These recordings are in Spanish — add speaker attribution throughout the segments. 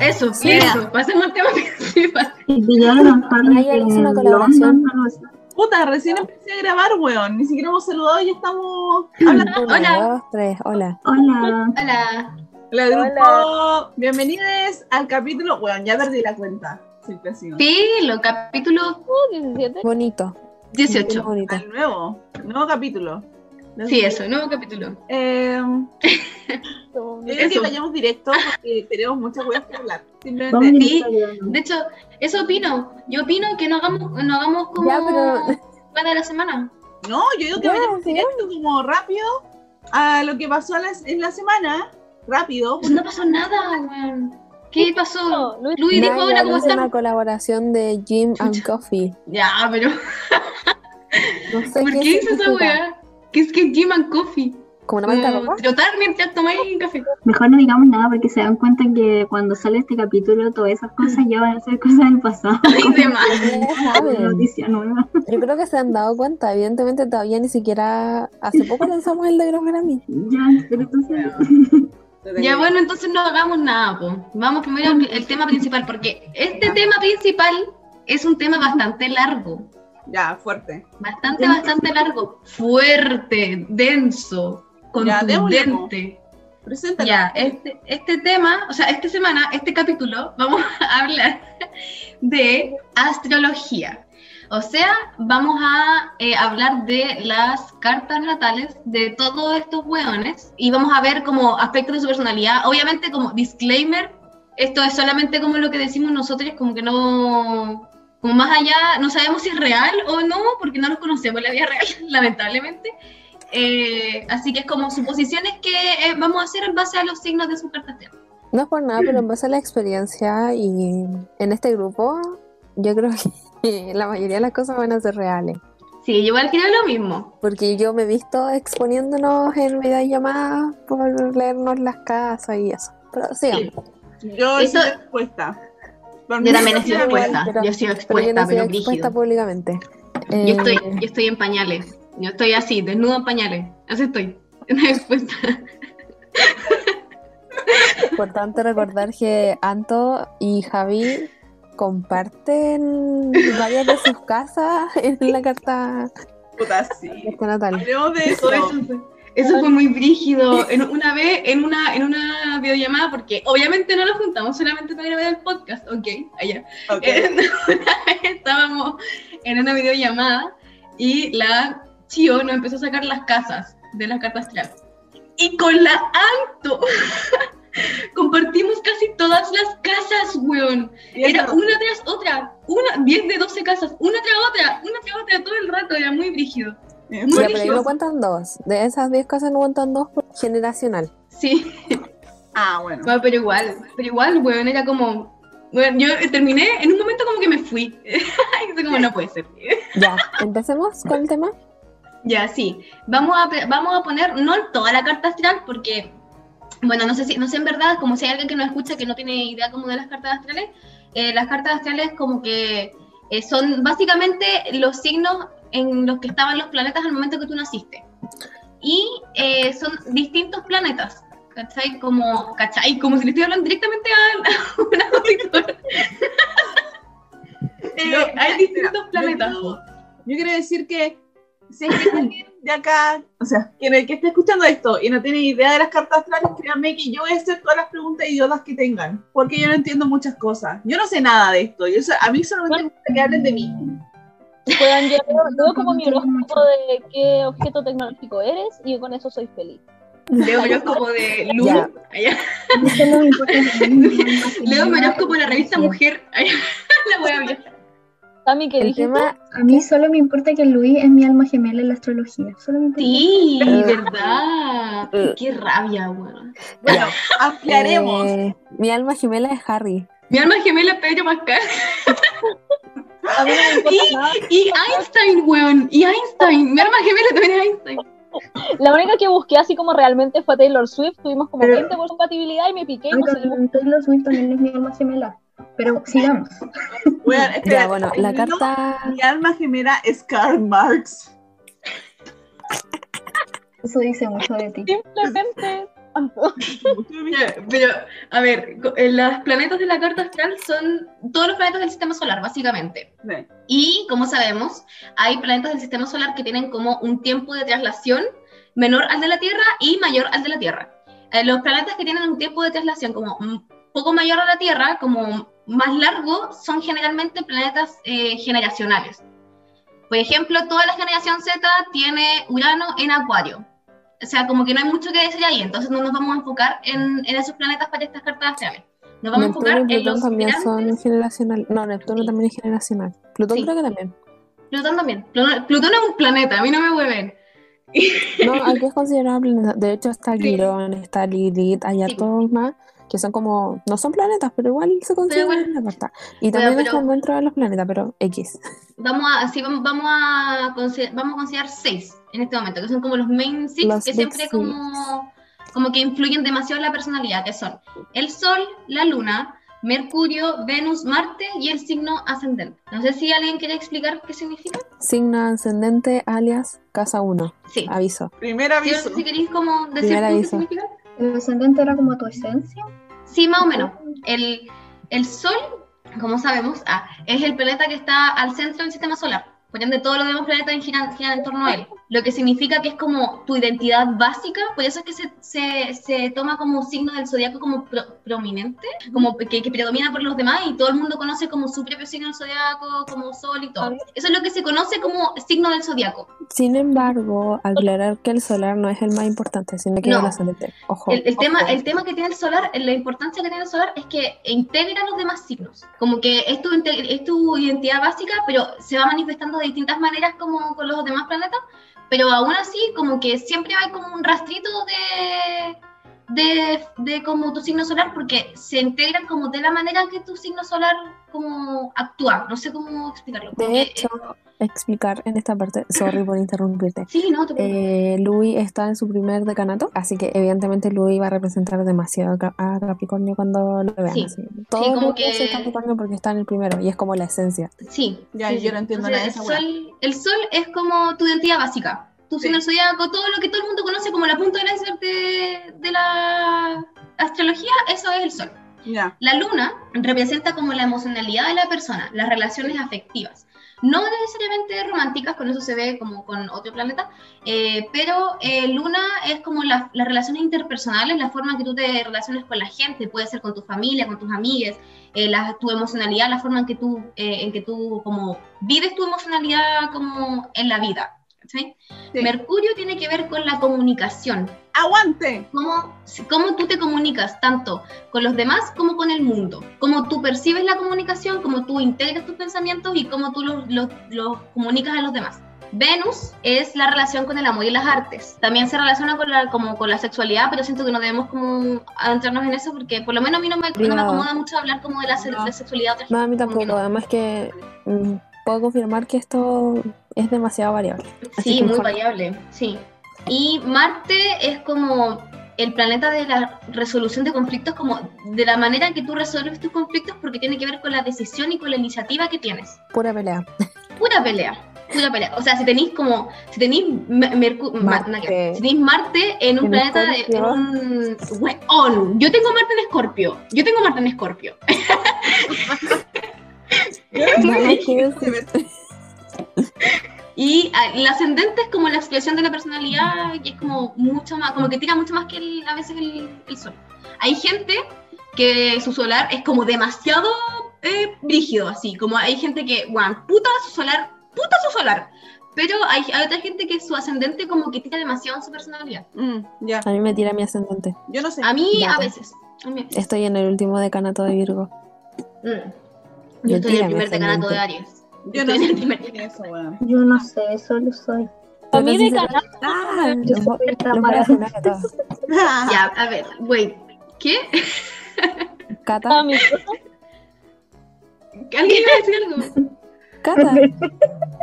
Speaker 1: Eso, sí. eso. Pasemos al tema principal.
Speaker 2: Ahí él hizo una colaboración.
Speaker 3: Puta, recién empecé a grabar, weón. Ni siquiera hemos saludado y ya estamos
Speaker 2: Uno,
Speaker 3: hablando.
Speaker 1: Hola.
Speaker 2: dos, tres, hola.
Speaker 4: Hola.
Speaker 1: Hola.
Speaker 3: Hola, grupo. Bienvenidos al capítulo. Weón, ya perdí la cuenta. Soy pésima.
Speaker 1: Pilo, capítulo
Speaker 2: Bonito. muy
Speaker 1: 18.
Speaker 2: Bonito.
Speaker 3: Al nuevo, nuevo capítulo.
Speaker 1: Sí, eso, nuevo capítulo.
Speaker 3: Eh, yo creo que
Speaker 1: Eso.
Speaker 3: vayamos directo porque tenemos muchas weas que hablar.
Speaker 4: Dos
Speaker 3: Simplemente,
Speaker 4: minutos
Speaker 1: sí.
Speaker 4: llevamos.
Speaker 1: De hecho, eso opino. Yo opino que no hagamos, no hagamos como
Speaker 2: Ya, pero-
Speaker 1: semana de la semana.
Speaker 3: no, yo digo que
Speaker 2: Ya,
Speaker 3: vayamos
Speaker 2: sí.
Speaker 3: directo como rápido a lo que pasó en la, en la semana. Rápido.
Speaker 1: Pues no pasó nada, weón. ¿Qué pasó?
Speaker 5: Luis,
Speaker 1: Luis dijo, hola,
Speaker 2: Naya
Speaker 1: ¿cómo
Speaker 2: hizo una
Speaker 1: están?
Speaker 2: colaboración de Jim and
Speaker 1: Chucha.
Speaker 2: Coffee.
Speaker 1: Ya, pero
Speaker 2: No sé
Speaker 1: ¿por qué hizo esa
Speaker 2: significa.
Speaker 1: weá? Mm. ¿Qué es que Jim and Coffee?
Speaker 2: Como una marca de
Speaker 1: Como
Speaker 2: ropa.
Speaker 1: trotar mientras tomáis café.
Speaker 4: Mejor no digamos nada porque se dan cuenta que cuando sale este capítulo todas esas cosas ya van a ser cosas del pasado.
Speaker 1: Y demás.
Speaker 2: Ya
Speaker 4: Una
Speaker 2: saben.
Speaker 4: noticia nueva.
Speaker 2: Yo creo que se han dado cuenta. Evidentemente todavía ni siquiera... Hace poco lanzamos el de los Grammy.
Speaker 4: Ya, pero entonces.
Speaker 1: Ya bueno, entonces no hagamos nada, po. Vamos primero al el tema principal, porque este tema principal es un tema bastante largo.
Speaker 3: Ya, fuerte.
Speaker 1: Bastante, bastante largo. Fuerte, denso,
Speaker 3: Ya, démosle, po.
Speaker 1: contundente.
Speaker 3: Preséntalo.
Speaker 1: Ya, este, este tema, o sea, esta semana, este capítulo, vamos a hablar de astrología. O sea, vamos a eh, hablar de las cartas natales de todos estos hueones y vamos a ver como aspectos de su personalidad. Obviamente, como disclaimer, esto es solamente como lo que decimos nosotros, como que no. Como más allá, no sabemos si es real o no, porque no los conocemos en la vida real, lamentablemente. Eh, así que es como suposiciones que eh, vamos a hacer en base a los signos de su carta astral.
Speaker 2: No es por nada, pero en base a la experiencia y en este grupo, yo creo que la mayoría de las cosas van a ser reales.
Speaker 1: Sí, yo igual creo lo mismo.
Speaker 2: Porque yo me he visto exponiéndonos en videollamadas por leernos las casas y eso. Pero sigamos.
Speaker 1: Sí.
Speaker 3: Yo
Speaker 1: Eso-
Speaker 3: estoy expuesta. Por mí,
Speaker 1: Yo también estoy
Speaker 2: sí,
Speaker 3: sinceramente.
Speaker 1: expuesta.
Speaker 2: pero-
Speaker 1: yo estoy
Speaker 2: pero yo
Speaker 1: expuesta,
Speaker 2: no soy
Speaker 1: pero,
Speaker 2: expuesta
Speaker 1: brígido.
Speaker 2: públicamente.
Speaker 1: Yo estoy,
Speaker 2: Eh,
Speaker 1: yo estoy en pañales. Yo estoy así, desnudo en pañales. Así estoy. Expuesta.
Speaker 2: Importante recordar que Anto y Javi comparten varias de sus casas en la carta,
Speaker 3: Puta, sí.
Speaker 2: carta natal.
Speaker 3: Hablemos de eso.
Speaker 1: Eso fue muy brígido. En una vez, en una, en una videollamada, porque obviamente no lo juntamos solamente para grabar el podcast. Ok, allá.
Speaker 3: Ok.
Speaker 1: Eh, una vez estábamos en una videollamada y la Chio nos empezó a sacar las casas de las cartas astral. Y con la Anto compartimos casi todas las casas, weón.
Speaker 3: Y eso-
Speaker 1: Era una tras otra, una, 10 de 12 casas, una tras otra, una tras otra todo el rato, era muy brígido.
Speaker 3: Eh,
Speaker 1: muy
Speaker 2: Ya,
Speaker 3: bueno,
Speaker 2: pero ahí no cuentan dos. De esas 10 casas no cuentan dos por generacional.
Speaker 1: Sí,
Speaker 3: Ah, bueno.
Speaker 1: bueno, pero igual, pero igual, weón, era como. Bueno, yo terminé, en un momento como que me fui. Eso como no puede ser.
Speaker 2: Ya, empecemos con el tema.
Speaker 1: Ya, sí. Vamos a, pe- vamos a poner no toda la carta astral porque, bueno, no sé si, no sé en verdad, como si hay alguien que nos escucha que no tiene idea como de las cartas astrales, eh, las cartas astrales como que eh, son básicamente los signos en los que estaban los planetas al momento que tú naciste. Y eh, son distintos planetas. ¿Cachai? Como, ¿cachai? Como si le estoy hablando directamente a una auditora. Eh,
Speaker 3: No, espera,
Speaker 1: hay distintos
Speaker 3: yo
Speaker 1: planetas.
Speaker 3: quiero- Yo quiero decir que si es que alguien de acá, o sea, que en el que esté escuchando esto y no tiene idea de las cartas astrales, créanme que yo voy a hacer todas las preguntas idiotas que tengan, porque yo no entiendo muchas cosas. Yo no sé nada de esto, yo so- a mí solamente me gusta que hablen de mí.
Speaker 5: Weón, yo veo, veo como mi horóscopo de qué objeto tecnológico eres y yo con eso soy feliz.
Speaker 1: Leo mi horóscopo de Lu.
Speaker 2: Ya.
Speaker 1: Allá.
Speaker 4: Eso es lo importante.
Speaker 1: Leo mi horóscopo de la revista Mujer. Allá. La wea bien.
Speaker 5: Tami, ¿qué
Speaker 2: El
Speaker 5: dijiste?
Speaker 2: tema,
Speaker 4: A mí solo me importa que Luis es mi alma gemela en la astrología. Solo me importa.
Speaker 1: Sí, verdad. Qué rabia, weón.
Speaker 3: Bueno, ampliaremos.
Speaker 2: eh, mi alma gemela es Harry.
Speaker 1: Mi alma gemela es Pedro Pascal.
Speaker 5: A mí no me importa nada.
Speaker 1: Y Einstein, weón. Y Einstein. Mi arma gemela también es Einstein.
Speaker 5: La única que busqué así como realmente fue Taylor Swift. Tuvimos como
Speaker 4: Pero-
Speaker 5: 20 por compatibilidad y me piqué y no
Speaker 4: Aunque
Speaker 5: seguimos.
Speaker 4: con Taylor Swift también es mi alma gemela. Pero sigamos.
Speaker 3: Weón, espérate.
Speaker 2: Ya, bueno, la carta.
Speaker 3: Mi alma gemela es Karl Marx.
Speaker 4: Eso dice mucho de ti.
Speaker 5: Simplemente.
Speaker 1: Ya, Pero, a ver, co- eh, los planetas de la carta astral son todos los planetas del sistema solar, básicamente. Y, como sabemos, hay planetas del sistema solar que tienen como un tiempo de traslación menor al de la Tierra y mayor al de la Tierra. Eh, los planetas que tienen un tiempo de traslación como un poco mayor a la Tierra, como más largo, son generalmente planetas eh, generacionales. Por ejemplo, toda la generación Z tiene Urano en Acuario. O sea, como que no hay mucho que decir ahí, entonces no nos vamos a enfocar en, en esos planetas para estas cartas astrales. Nos vamos a
Speaker 2: Neptuno y
Speaker 1: enfocar en
Speaker 2: Plutón
Speaker 1: los
Speaker 2: también
Speaker 1: grandes-
Speaker 2: son generacionales. No, Neptuno también es generacional. Plutón
Speaker 1: Sí.
Speaker 2: creo que también.
Speaker 1: Plutón también. Plutón, Plutón es un planeta, a mí no me vuelven.
Speaker 2: No, aquí es considerado planeta. De hecho, está
Speaker 1: Sí.
Speaker 2: Quirón, está Lilith, hay
Speaker 1: Sí.
Speaker 2: todos más que son como. No son planetas, pero igual se consideran
Speaker 1: igual-
Speaker 2: en la carta. Y también
Speaker 1: pero-
Speaker 2: están dentro de los planetas, pero X.
Speaker 1: Vamos a, sí, vamos, vamos a consider- vamos a considerar seis en este momento, que son como los main six,
Speaker 2: Los
Speaker 1: que
Speaker 2: big
Speaker 1: siempre
Speaker 2: six.
Speaker 1: como, como que influyen demasiado en la personalidad, que son el Sol, la Luna, Mercurio, Venus, Marte y el signo ascendente. No sé si alguien quiere explicar qué significa.
Speaker 2: Signo ascendente, alias, casa 1.
Speaker 1: Sí.
Speaker 2: Aviso.
Speaker 3: Primer
Speaker 1: Sí, no
Speaker 3: aviso.
Speaker 1: sé si queréis como decir
Speaker 2: Primer
Speaker 1: tú qué
Speaker 2: aviso.
Speaker 1: significa.
Speaker 4: El ascendente era como tu esencia.
Speaker 1: Sí, más o menos. El, el Sol, como sabemos, ah, es el planeta que está al centro del sistema solar. Por ende, todos los demás planetas giran, giran en torno a él. Lo que significa que es como tu identidad básica, por eso es que se, se, se toma como signo del zodiaco como pro- prominente, como que, que predomina por los demás y todo el mundo conoce como su propio signo del zodiaco, como sol y todo. Eso es lo que se conoce como signo del zodiaco.
Speaker 2: Sin embargo, aclarar que el solar no es el más importante, sino que
Speaker 1: No.
Speaker 2: el ascendente. Ojo.
Speaker 1: El, el tema,
Speaker 2: ojo.
Speaker 1: el tema que tiene el solar, la importancia que tiene el solar es que integra los demás signos. Como que es tu, inte- es tu identidad básica, pero se va manifestando de distintas maneras como con los demás planetas. Pero aún así, como que siempre hay como un rastrito de, de, de como tu signo solar, porque se integran como de la manera que tu signo solar como actúa. No sé cómo explicarlo. como que- eh,
Speaker 2: De hecho, explicar en esta parte, sorry por interrumpirte.
Speaker 1: sí, no, te preocupes.
Speaker 2: Eh, Louis está en su primer decanato, así que evidentemente Louis va a representar demasiado a Cap- a Capricornio cuando lo vean.
Speaker 1: Sí.
Speaker 2: así. Todo
Speaker 1: como
Speaker 2: Louis
Speaker 1: que-
Speaker 2: es Capricornio porque está en el primero y es como la esencia.
Speaker 1: Sí.
Speaker 3: Ya,
Speaker 1: sí,
Speaker 3: yo
Speaker 1: sí.
Speaker 3: no entiendo
Speaker 1: Entonces,
Speaker 3: nada de esa
Speaker 1: el sol, el sol es como tu identidad básica. Tu
Speaker 3: Sí.
Speaker 1: signo zodiaco, todo lo que todo el mundo conoce como la punta del iceberg de, de la astrología, eso es el sol.
Speaker 3: Ya.
Speaker 1: La luna representa como la emocionalidad de la persona, las relaciones afectivas. No necesariamente románticas, con eso se ve como con otro planeta, eh, pero eh, luna es como la- las relaciones interpersonales, la forma en que tú te relacionas con la gente, puede ser con tu familia, con tus amigas, eh, la- tu emocionalidad, la forma en que tú, eh, en que tú como vives tu emocionalidad como en la vida. ¿cachai?
Speaker 3: Sí.
Speaker 1: Mercurio tiene que ver con la comunicación,
Speaker 3: ¡Aguante!
Speaker 1: cómo, cómo tú te comunicas tanto con los demás como con el mundo, cómo tú percibes la comunicación, cómo tú integras tus pensamientos y cómo tú los, los- los comunicas a los demás. Venus es la relación con el amor y las artes. También se relaciona con la, como con la sexualidad, pero siento que no debemos como adentrarnos en eso porque por lo menos a mí no me, no me
Speaker 2: Privado.
Speaker 1: acomoda mucho hablar como de la, se-
Speaker 3: No.
Speaker 1: de sexualidad. de otras
Speaker 2: No, a mí
Speaker 1: como que
Speaker 2: tampoco,
Speaker 1: no.
Speaker 2: además que mm, puedo confirmar que esto es demasiado variable. Así
Speaker 1: Sí,
Speaker 2: que
Speaker 1: muy
Speaker 2: mejor.
Speaker 1: variable, sí. Y Marte es como el planeta de la resolución de conflictos, como de la manera en que tú resuelves tus conflictos, porque tiene que ver con la decisión y con la iniciativa que tienes.
Speaker 2: Pura pelea.
Speaker 1: Pura pelea, pura pelea. O sea, si tenéis como, si tenéis Me- Mercu- Ma-
Speaker 2: Marte.
Speaker 1: no, que- si tenéis Marte en un
Speaker 2: En
Speaker 1: planeta de en
Speaker 2: Escorpio.
Speaker 1: un weón, yo tengo Marte en Escorpio, yo tengo Marte en Escorpio.
Speaker 2: No, no,
Speaker 3: Sí,
Speaker 2: que-
Speaker 1: Y ah, el ascendente es como la expresión de la personalidad y es como mucho más, como que tira mucho más que el- a veces el, el sol. Hay gente que su solar es como demasiado eh, brígido, así, como hay gente que, guau, puta su solar, puta su solar. Pero hay, hay otra gente que su ascendente como que tira demasiado en su personalidad.
Speaker 3: Mm, ya.
Speaker 2: A mí me tira mi ascendente.
Speaker 3: Yo no sé.
Speaker 1: A mí
Speaker 2: Ya,
Speaker 1: a
Speaker 2: pues.
Speaker 1: veces. A mí a veces.
Speaker 2: Estoy en el último decanato de Virgo.
Speaker 1: Mm.
Speaker 2: Yo
Speaker 1: Yo estoy en
Speaker 2: tira
Speaker 1: el
Speaker 2: mi
Speaker 1: primer decanato
Speaker 2: ascendente.
Speaker 1: de Aries.
Speaker 3: Yo no
Speaker 1: estoy
Speaker 3: sé
Speaker 1: en el
Speaker 3: qué es eso, weón.
Speaker 4: Yo no sé, solo soy.
Speaker 5: A
Speaker 2: Pero
Speaker 5: mí
Speaker 2: sí se-
Speaker 5: decanato
Speaker 2: Ah,
Speaker 4: Yo
Speaker 2: los
Speaker 4: soy
Speaker 2: voy-
Speaker 4: esta
Speaker 2: los voy a
Speaker 4: mala.
Speaker 2: funar a todos.
Speaker 3: Ah.
Speaker 1: Ya, a ver, wait. ¿Qué?
Speaker 2: Cata,
Speaker 1: Ah,
Speaker 5: a mi cosa.
Speaker 1: ¿Alguien iba a decir algo?
Speaker 2: Cata,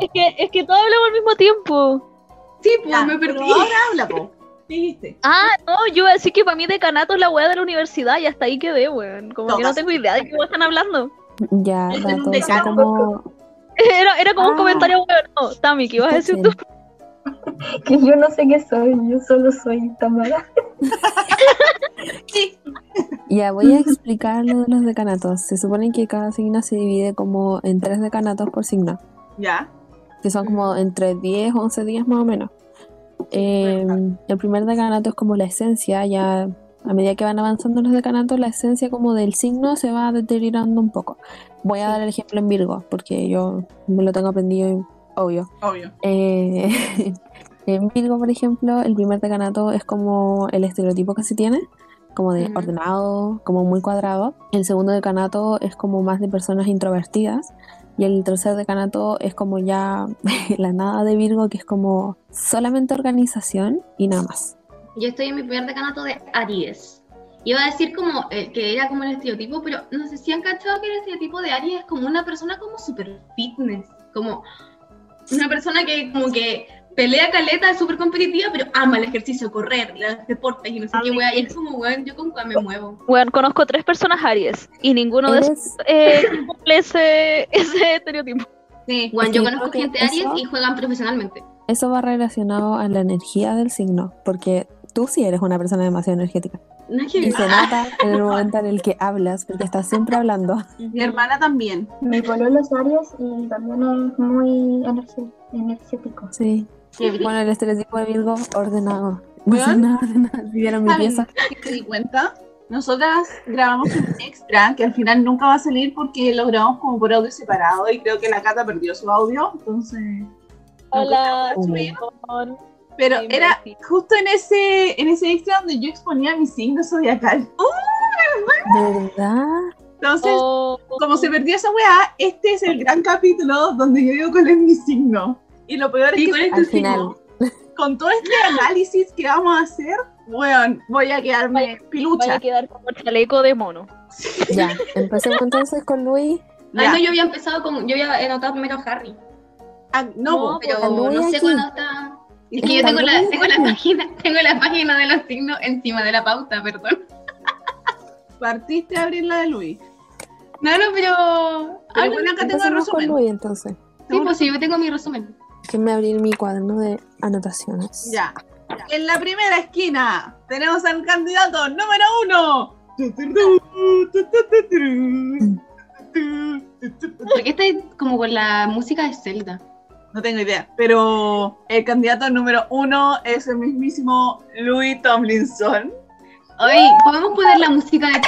Speaker 5: Es que, es que todos hablamos al mismo tiempo.
Speaker 1: Sí, pues
Speaker 3: Ya,
Speaker 1: me
Speaker 3: pero
Speaker 1: perdí.
Speaker 3: ahora habla, po. ¿Qué dijiste?
Speaker 5: Ah, no, yo así que para mí decanato es la weá de la universidad y hasta ahí quedé, weón. Como que no
Speaker 3: Todas.
Speaker 5: tengo idea de qué weá están hablando.
Speaker 2: ya,
Speaker 3: Es en
Speaker 2: dato,
Speaker 3: un
Speaker 2: o sea,
Speaker 3: decano.
Speaker 2: como
Speaker 5: Era, era como un
Speaker 4: Ah.
Speaker 5: comentario weón. No, Tami, ¿qué ibas a decir tú?
Speaker 4: Que yo no sé qué soy, yo solo soy Tamara.
Speaker 3: Sí.
Speaker 2: Ya, voy a explicar lo de los decanatos. Se supone que cada signo se divide como en tres decanatos por signo,
Speaker 3: Ya.
Speaker 2: que son como entre 10, 11 días más o menos. Eh, el primer decanato es como la esencia, ya a medida que van avanzando los decanatos, la esencia como del signo se va deteriorando un poco. Voy a dar el ejemplo en Virgo, porque yo me lo tengo aprendido, y- obvio.
Speaker 3: Obvio.
Speaker 2: Eh, en Virgo, por ejemplo, el primer decanato es como el estereotipo que se tiene, como de
Speaker 1: Ujú.
Speaker 2: ordenado, como muy cuadrado. El segundo decanato es como más de personas introvertidas. Y el tercer decanato es como ya la nada de Virgo, que es como solamente organización y nada más.
Speaker 1: Yo estoy en mi primer decanato de Aries. Iba a decir como eh, que era como el estereotipo, pero no sé si han cachado que el estereotipo de Aries es como una persona como super fitness, como una persona que como que pelea caleta, es súper competitiva, pero ama el ejercicio, correr, los deportes y no sé qué wea. Y es como, weón, yo con cuál me muevo.
Speaker 5: Weón, conozco tres personas Aries y ninguno de esos
Speaker 2: Eres-
Speaker 5: eh, cumple ese, ese estereotipo.
Speaker 1: Sí, weón, yo
Speaker 2: Sí,
Speaker 1: conozco
Speaker 2: creo que
Speaker 1: gente Aries
Speaker 2: eso-
Speaker 1: y juegan profesionalmente.
Speaker 2: Eso va relacionado a la energía del signo, porque tú sí eres una persona demasiado energética.
Speaker 1: No es
Speaker 2: Y
Speaker 1: que-
Speaker 2: se nota en el momento en el que hablas, porque estás siempre hablando.
Speaker 3: Mi hermana también.
Speaker 4: Mi pololo es Aries y también es muy energi- energético.
Speaker 2: Sí. Bueno, el estereotipo de Virgo, ordenado. No soy
Speaker 3: Weón.
Speaker 2: nada ordenada, si vieron mi
Speaker 3: ¿Saben
Speaker 2: pieza.
Speaker 3: qué me di cuenta? Nosotras grabamos un extra que al final nunca va a salir porque lo grabamos como por audio separado y creo que la Cata perdió su audio, entonces...
Speaker 5: Hola,
Speaker 2: Uh.
Speaker 5: chicos.
Speaker 3: Pero
Speaker 5: Sí,
Speaker 3: era
Speaker 5: sí.
Speaker 3: justo en ese, en ese extra donde yo exponía mi signo zodiacal.
Speaker 2: ¿De verdad?
Speaker 3: Entonces,
Speaker 5: Oh,
Speaker 3: como se perdió esa weá, este es el gran capítulo donde yo digo cuál es mi signo. Y lo peor es
Speaker 1: Sí,
Speaker 3: que
Speaker 1: cuál es
Speaker 2: tu Al signo.
Speaker 3: con todo este análisis que vamos a hacer, weón, voy a quedarme
Speaker 5: vaya
Speaker 3: pilucha.
Speaker 5: a quedar como chaleco de mono.
Speaker 2: Ya, empecemos entonces con Luis.
Speaker 1: Ay,
Speaker 3: Ya.
Speaker 1: Ah, no, yo había empezado con, yo había anotado primero Harry,
Speaker 3: Ah, no,
Speaker 5: No,
Speaker 1: pero
Speaker 2: Al Louis
Speaker 1: no sé
Speaker 2: aquí.
Speaker 1: cuándo está...
Speaker 3: es
Speaker 1: Es que
Speaker 3: que
Speaker 1: yo tengo la,
Speaker 2: También,
Speaker 1: tengo la
Speaker 2: ¿no?
Speaker 1: página, tengo la página de los signos encima de la pauta, perdón.
Speaker 3: partiste a abrir la de Luis.
Speaker 1: No, no, pero.
Speaker 3: Pero
Speaker 1: habla-
Speaker 3: bueno, acá tengo el
Speaker 2: Empecemos con
Speaker 3: resumen.
Speaker 2: Luis entonces.
Speaker 1: sí, pues sí, yo tengo mi resumen.
Speaker 2: Déjenme abrir mi cuaderno de anotaciones.
Speaker 3: Ya. En la primera esquina tenemos al candidato número uno.
Speaker 1: Porque esta es como con la música de Zelda.
Speaker 3: No tengo idea, pero el candidato número uno es el mismísimo Louis Tomlinson.
Speaker 1: Oye, ¿podemos poner la música de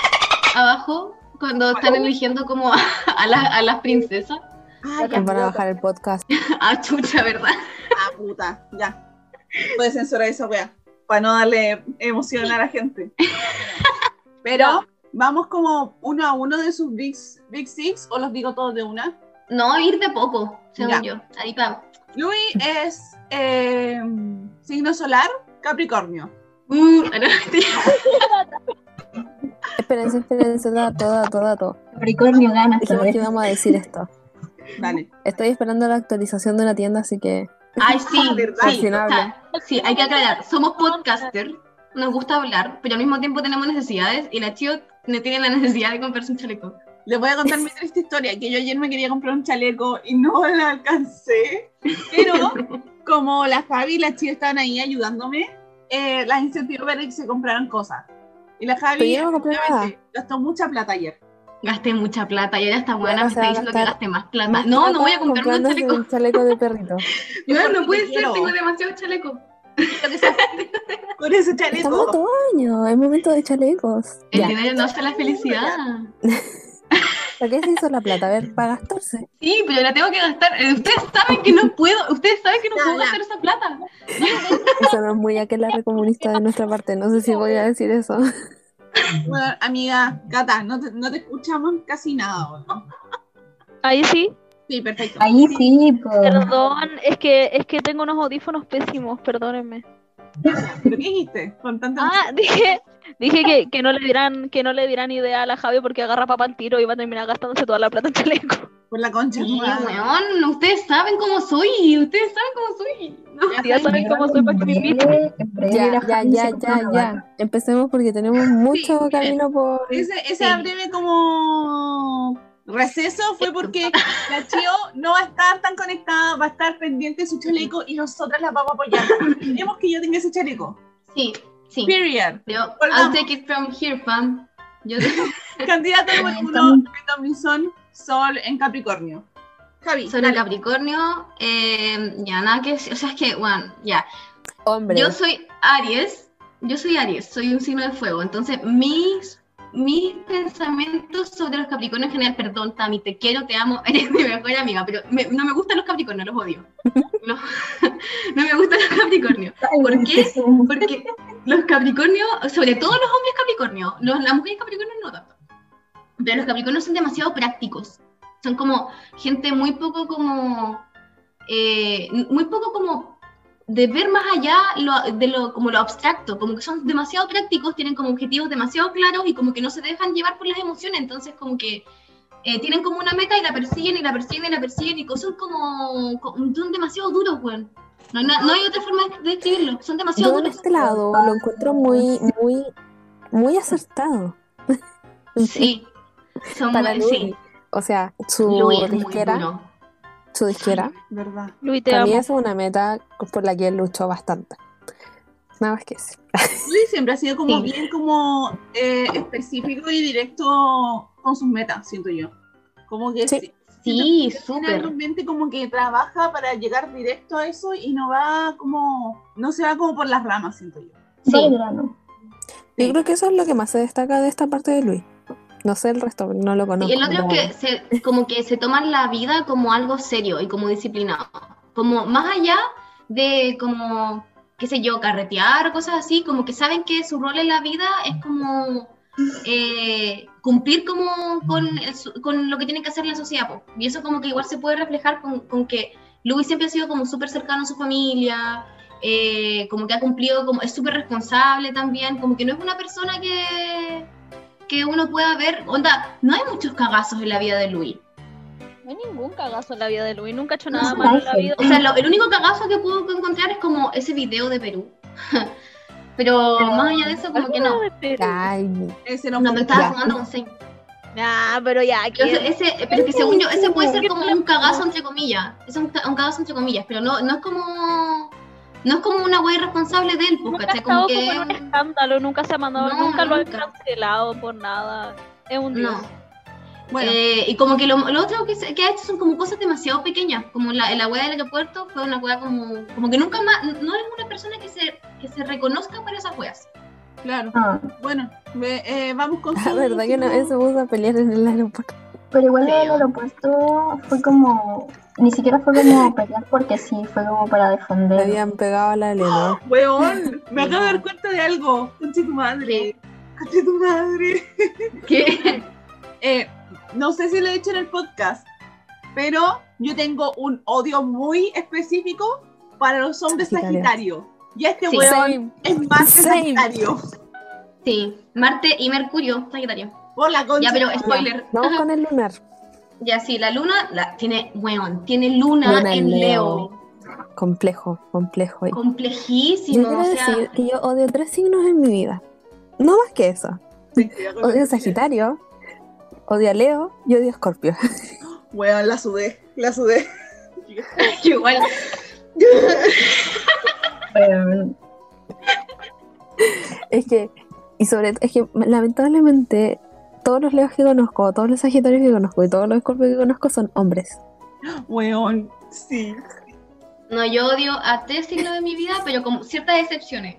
Speaker 1: abajo cuando están eligiendo como a, la- a las princesas?
Speaker 3: Ah,
Speaker 2: Nos Van a bajar el podcast.
Speaker 1: A chucha, ¿verdad?
Speaker 3: Ah, puta, ya. Puedes censurar esa wea para no darle emoción a la gente. Pero vamos como uno a uno de sus Big, big Six o los digo todos de una.
Speaker 1: No, ir de poco, según
Speaker 3: Ya.
Speaker 1: yo. Ahí pa.
Speaker 3: Louis es eh, signo solar, Capricornio.
Speaker 1: Uh, no,
Speaker 2: Espérense, espérense, dato, dato, dato.
Speaker 4: Capricornio gana esta
Speaker 2: Dijimos
Speaker 4: vez.
Speaker 2: que íbamos a decir esto.
Speaker 3: Dale.
Speaker 2: Estoy esperando la actualización de la tienda, así que
Speaker 1: Ay, sí,
Speaker 3: Ah, ¿verdad?
Speaker 2: por
Speaker 1: sí.
Speaker 2: fin
Speaker 1: O
Speaker 2: hablo.
Speaker 1: sea, sí, hay que aclarar, somos podcasters, nos gusta hablar, pero al mismo tiempo tenemos necesidades y la Chio no tiene la necesidad de comprarse un chaleco.
Speaker 3: Les voy a contar mi triste historia, que yo ayer me quería comprar un chaleco y no la alcancé, pero como la Javi y la Chía estaban ahí ayudándome, eh, las incentivó para que se compraran cosas. Y la
Speaker 2: Pero
Speaker 3: Javi
Speaker 2: yo no compré
Speaker 3: efectivamente, gastó mucha plata ayer.
Speaker 1: Gasté mucha plata y ahora esta buena
Speaker 2: Bueno,
Speaker 1: me
Speaker 2: se
Speaker 1: está
Speaker 2: va a
Speaker 1: diciendo que
Speaker 2: gastar
Speaker 1: gaste más plata.
Speaker 2: más
Speaker 1: no,
Speaker 2: plata
Speaker 1: no voy a comprarme un
Speaker 2: comprándose
Speaker 1: chaleco.
Speaker 2: un chaleco de perrito.
Speaker 1: No, no puede
Speaker 3: Porque
Speaker 1: ser,
Speaker 3: quiero.
Speaker 1: tengo demasiados chalecos.
Speaker 3: Lo que sea, Con ese
Speaker 2: Estamos
Speaker 3: chaleco.
Speaker 2: todo año, es momento de chalecos.
Speaker 1: El
Speaker 2: Ya,
Speaker 1: dinero no hace la felicidad.
Speaker 2: ¿para qué se hizo la plata? A ver, para gastarse.
Speaker 1: Sí, pero la tengo que gastar. Eh, Ustedes saben que no puedo, ustedes saben que no
Speaker 3: Ya,
Speaker 1: puedo
Speaker 3: ya.
Speaker 1: gastar esa plata.
Speaker 2: Eso no es muy aquelarre comunista de nuestra parte, no sé si voy a decir eso.
Speaker 3: Bueno, amiga, Cata, no te, no te escuchamos casi nada. ¿no?
Speaker 5: Ahí sí.
Speaker 3: Sí, perfecto.
Speaker 4: Ahí sí, po.
Speaker 5: Perdón, es que es que tengo unos audífonos pésimos, perdónenme.
Speaker 3: ¿Pero qué dijiste? Con tanta...
Speaker 5: Ah, dije, dije que, que no le dirán, que no le dirán idea a la Javi porque agarra papá al tiro y va a terminar gastándose toda la plata en chaleco.
Speaker 3: Por la concha.
Speaker 1: Sí,
Speaker 3: tu madre.
Speaker 1: weón, ustedes saben cómo soy, ustedes saben cómo soy.
Speaker 5: Ya saben cómo soy para que me inviten.
Speaker 2: Ya, ya, ya, ya, ya. Empecemos porque tenemos mucho
Speaker 1: Sí.
Speaker 2: camino por.
Speaker 3: Ese, ese
Speaker 1: Sí.
Speaker 3: breve como receso fue porque la Chio no va a estar tan conectada, va a estar pendiente de su chaleco y nosotras la vamos a apoyar. Queremos que yo tenga ese chaleco.
Speaker 1: Sí, sí.
Speaker 3: Period.
Speaker 1: Yo, I'll
Speaker 3: Volvamos.
Speaker 1: take it from here, fam. Yo
Speaker 3: Candidato número uno, Tomlinson, Sol en Capricornio. Javi,
Speaker 1: soy
Speaker 3: dale.
Speaker 1: el Capricornio, eh, ya nada que decir, o sea, es que, bueno, ya,
Speaker 2: Hombre.
Speaker 1: Yo soy Aries, yo soy Aries, soy un signo de fuego, entonces mis, mis pensamientos sobre los Capricornios en general, perdón, Tami, te quiero, te amo, eres mi mejor amiga, pero me- no me gustan los Capricornios, los odio. Los- no me gustan los Capricornios. ¿Por qué? Porque los Capricornios, sobre todo los hombres Capricornios, los, las mujeres Capricornios no tanto, pero los Capricornios son demasiado prácticos, son como gente muy poco como, eh, muy poco como de ver más allá lo- de lo, como lo abstracto, como que son demasiado prácticos, tienen como objetivos demasiado claros y como que no se dejan llevar por las emociones, entonces como que eh, tienen como una meta y la persiguen y la persiguen y la persiguen y co- son como, co- son demasiado duros, weón. No, no- no hay otra forma de describirlo, son demasiado
Speaker 2: Yo en
Speaker 1: duros.
Speaker 2: este lado lo encuentro muy, muy, muy acertado.
Speaker 1: Sí, son
Speaker 2: Para
Speaker 1: muy,
Speaker 2: Luis.
Speaker 1: sí,
Speaker 2: O sea, su
Speaker 1: Luis es muy
Speaker 2: disquera,
Speaker 1: duro.
Speaker 2: su disquera,
Speaker 3: ¿Verdad?
Speaker 5: Luis, te
Speaker 2: también
Speaker 5: amo.
Speaker 2: es una meta por la que él luchó bastante. Nada más que decir.
Speaker 3: Luis siempre ha sido como
Speaker 1: Sí.
Speaker 3: bien como eh, específico y directo con sus metas, siento yo. Como que
Speaker 2: Sí.
Speaker 3: si-
Speaker 1: Sí,
Speaker 3: tiene algo
Speaker 1: súper.
Speaker 3: en mente como que trabaja para llegar directo a eso y no va como, no se va como por las ramas, siento yo.
Speaker 1: Sí,
Speaker 2: Yo creo que eso es lo que más se destaca de esta parte de Luis. No sé el resto, no lo conozco.
Speaker 1: Y el otro
Speaker 2: pero
Speaker 1: es que se, como que se toman la vida como algo serio y como disciplinado. Como más allá de como, qué sé yo, carretear, cosas así, como que saben que su rol en la vida es como eh, cumplir como con, el su- con lo que tienen que hacer en la sociedad. po. Y eso como que igual se puede reflejar con, con que Luis siempre ha sido como súper cercano a su familia, eh, como que ha cumplido, como es súper responsable también, como que no es una persona que, que uno pueda ver, onda, no hay muchos cagazos en la vida de Luis.
Speaker 5: No hay ningún cagazo en la vida de Luis, nunca ha hecho
Speaker 4: No
Speaker 5: nada
Speaker 4: es
Speaker 5: malo en la
Speaker 4: ángel.
Speaker 5: vida.
Speaker 1: O sea, lo- el único cagazo que puedo encontrar es como ese video de Perú. Pero más allá de eso, como que no.
Speaker 2: Ay,
Speaker 3: Ese no
Speaker 1: Cuando
Speaker 3: fue-
Speaker 1: estaba
Speaker 2: Ya.
Speaker 1: fumando con Zayn.
Speaker 5: Nah, pero ya, aquí
Speaker 1: Entonces, ese, pero es que según yo, ese puede ser como un cagazo entre comillas. Es un, ca- un cagazo entre comillas, pero no, no es como. No es como una wea irresponsable de él, pues,
Speaker 5: nunca ha
Speaker 1: ¿cachai? Como
Speaker 5: estado como
Speaker 1: que.
Speaker 5: en un escándalo, nunca se ha mandado,
Speaker 1: No,
Speaker 5: nunca lo han
Speaker 1: nunca.
Speaker 5: cancelado por nada. Es un dios.
Speaker 1: No.
Speaker 3: Bueno,
Speaker 1: Eh, y como que lo, lo otro que, se- que ha hecho son como cosas demasiado pequeñas, como la, la wea del aeropuerto fue una wea como, como que nunca más, no es una persona que se, que se reconozca por esas weas.
Speaker 3: claro.
Speaker 4: Ah,
Speaker 3: Bueno, ve- eh, vamos con
Speaker 2: la
Speaker 3: su-
Speaker 2: verdad que no, él se puso a pelear en el aeropuerto.
Speaker 4: pero igual lo del
Speaker 1: Sí.
Speaker 4: aeropuerto fue como, ni siquiera fue como pelear porque sí, fue como para
Speaker 2: Le
Speaker 4: defender.
Speaker 2: habían pegado a la
Speaker 1: ¡Ah!
Speaker 2: Leonor.
Speaker 3: Weón, me acabo de dar cuenta de algo. Conche tu madre. Conche tu madre.
Speaker 1: Que
Speaker 3: Eh, no sé si lo he dicho en el podcast, pero yo tengo un odio muy específico para los hombres
Speaker 2: Sagitario.
Speaker 3: Sagitario. Y este
Speaker 1: Sí.
Speaker 3: weón
Speaker 2: Same.
Speaker 3: es más que
Speaker 2: Same.
Speaker 3: Sagitario.
Speaker 1: sí, Marte y Mercurio, Sagitario.
Speaker 3: Por la concha.
Speaker 1: Ya, pero
Speaker 3: de tu madre.
Speaker 1: spoiler.
Speaker 2: Vamos con el lunar.
Speaker 1: Ya, sí, la luna la, tiene, weón, tiene luna,
Speaker 2: Luna en
Speaker 1: en Leo.
Speaker 2: Leo. Complejo, complejo.
Speaker 1: Complejísimo,
Speaker 2: Yo quiero
Speaker 1: o sea,
Speaker 2: decir que yo odio tres signos en mi vida. No más que eso.
Speaker 3: Sí, estoy de acuerdo.
Speaker 2: Odio a Sagitario, odio a Leo y odio a Escorpio.
Speaker 3: Weón, la sudé. La sudé.
Speaker 1: que igual,
Speaker 4: Pero,
Speaker 2: Es que, y sobre es que lamentablemente todos los Leos que conozco, todos los Sagitarios que conozco y todos los Escorpios que conozco son hombres.
Speaker 3: Weón, sí.
Speaker 1: no, yo odio a tres signos de mi vida, pero con ciertas excepciones.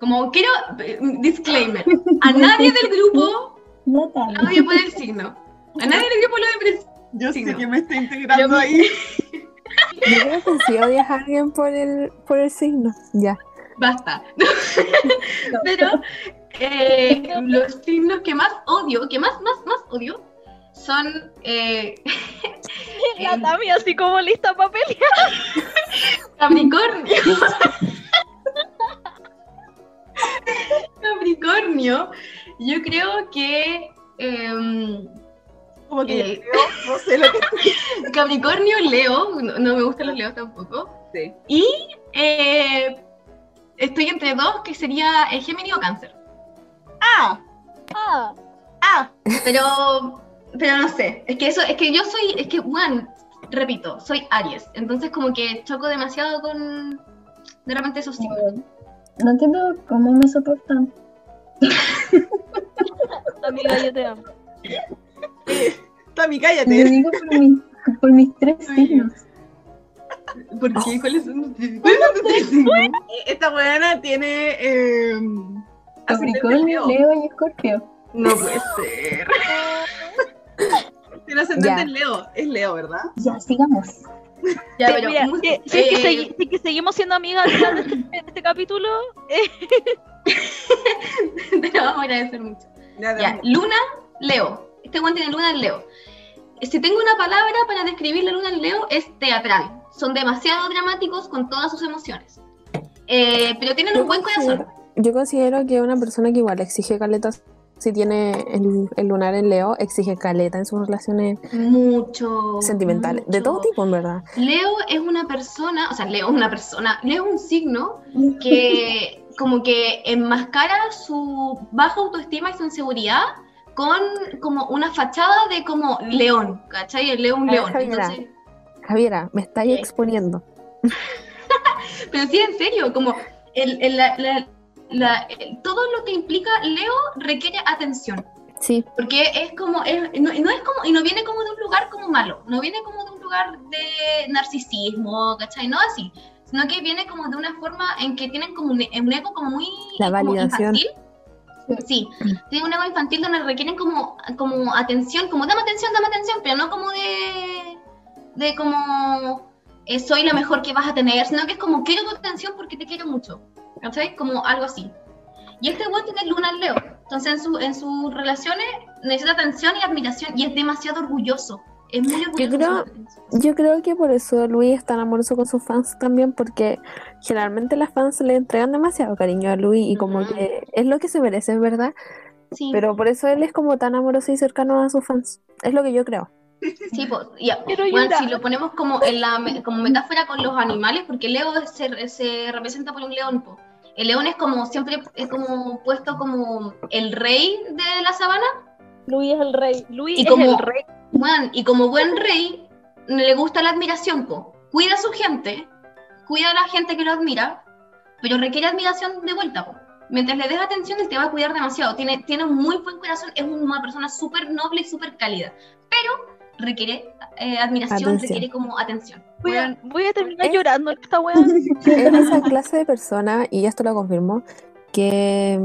Speaker 1: Como quiero, eh, disclaimer, a nadie del grupo
Speaker 4: no tan.
Speaker 1: la odio por el signo. A nadie del grupo lo odio por el
Speaker 3: Yo
Speaker 1: Sí,
Speaker 3: sé
Speaker 1: no.
Speaker 3: que me está integrando
Speaker 1: Yo-
Speaker 3: ahí.
Speaker 2: Yo creo que si odias a alguien por el, por el signo, ya.
Speaker 1: basta. Pero eh, los signos que más odio, que más, más, más odio, son eh,
Speaker 5: La Tami así como lista para pelear.
Speaker 1: Capricornio. Capricornio, yo creo que em,
Speaker 3: Como que
Speaker 1: El-
Speaker 3: creo, no sé lo que
Speaker 1: Capricornio, Leo, no, no me gustan los Leos tampoco.
Speaker 3: Sí.
Speaker 1: Y eh, estoy entre dos, que sería eh, Géminis o Cáncer.
Speaker 3: Ah,
Speaker 5: Ah,
Speaker 3: ah,
Speaker 1: Pero, pero no sé, es que eso, es que yo soy, es que, bueno, repito, soy Aries, entonces como que choco demasiado con, de repente esos signos.
Speaker 4: No entiendo cómo me soportan.
Speaker 5: amiga, yo te amo.
Speaker 3: Tami,
Speaker 4: Lo
Speaker 3: cállate.
Speaker 4: digo por, mi- por mis tres signos.
Speaker 1: ¿Por qué? ¿Cuáles son? ¿Cuáles son tus tres signos?
Speaker 3: Eh, Esta weana tiene. Eh, ascendente Leo.
Speaker 4: Capricornio, Leo y Escorpio.
Speaker 1: No puede ser.
Speaker 3: Tiene ascendente
Speaker 2: Ya.
Speaker 3: en Leo. Es Leo, ¿verdad?
Speaker 4: Ya, sigamos.
Speaker 1: Ya,
Speaker 5: Sí,
Speaker 1: pero,
Speaker 5: mira,
Speaker 1: mu-
Speaker 5: que- si, es que
Speaker 1: eh,
Speaker 5: segui- si es que seguimos siendo amigas al final de este, de este capítulo,
Speaker 1: te lo vamos a agradecer mucho.
Speaker 3: Ya,
Speaker 1: Ya, luna, Leo. Este guante tiene luna en Leo. Si tengo una palabra para describir la luna en Leo, es teatral. Son demasiado dramáticos con todas sus emociones. Eh, pero tienen un buen corazón.
Speaker 2: Yo considero que una persona que igual exige caleta, si tiene el, el lunar en Leo, exige caleta en sus relaciones
Speaker 1: Mucho.
Speaker 2: sentimentales. De
Speaker 1: Oh, mucho.
Speaker 2: todo tipo, en verdad.
Speaker 1: Leo es una persona, o sea, Leo es una persona, Leo es un signo que como que enmascara su baja autoestima y su inseguridad con como una fachada de como león, ¿cachai? El Leo es un
Speaker 2: Ah,
Speaker 1: león.
Speaker 2: Javiera.
Speaker 1: Entonces,
Speaker 2: Javiera, me estáis
Speaker 1: Sí.
Speaker 2: exponiendo.
Speaker 1: Pero sí, en serio, como el, el- la- la- la- el- todo lo que implica Leo requiere atención,
Speaker 2: Sí,
Speaker 1: porque es como, es- no, no es como, y no viene como de un lugar como malo, no viene como de un lugar de narcisismo, ¿cachai? No así, sino que viene como de una forma en que tienen como un, un ego como muy
Speaker 2: La
Speaker 1: como
Speaker 2: validación.
Speaker 1: infantil. Sí, tienen un ego infantil donde requieren como, como atención, como dame atención, dame atención, pero no como de, de como eh, soy la mejor que vas a tener, sino que es como quiero tu atención porque te quiero mucho. ¿Cachai? Como algo así. Y este buen tiene luna en Leo. Entonces en, su, en sus relaciones necesita atención y admiración y es demasiado orgulloso. Es muy orgulloso. de
Speaker 2: creo-
Speaker 1: su atención.
Speaker 2: yo creo que por eso Luis es tan amoroso con sus fans también, porque generalmente las fans le entregan demasiado cariño a Luis y como
Speaker 1: Ujú.
Speaker 2: que es lo que se merece, ¿verdad?
Speaker 1: Sí.
Speaker 2: Pero por eso él es como tan amoroso y cercano a sus fans. Es lo que yo creo.
Speaker 1: Sí, pues, ya.
Speaker 5: Quiero
Speaker 1: Bueno,
Speaker 5: llorar.
Speaker 1: si lo ponemos como en la me- como metáfora con los animales, porque Leo se, se representa por un león, po. El león es como siempre es como puesto como el rey de la sabana,
Speaker 5: Luis es el rey. Luis
Speaker 1: Y
Speaker 5: es
Speaker 1: como-
Speaker 5: el rey.
Speaker 1: Weón, y como buen rey le gusta la admiración, po. Cuida a su gente, cuida a la gente que lo admira, pero requiere admiración de vuelta, po. Mientras le des atención, él te va a cuidar demasiado. Tiene, tiene un muy buen corazón, es una persona súper noble y súper cálida, pero requiere eh, admiración,
Speaker 2: Atención.
Speaker 1: requiere como atención.
Speaker 5: Voy a, voy a terminar
Speaker 2: es-
Speaker 5: llorando en esta weá.
Speaker 2: es esa clase de persona, y esto lo confirmó, que,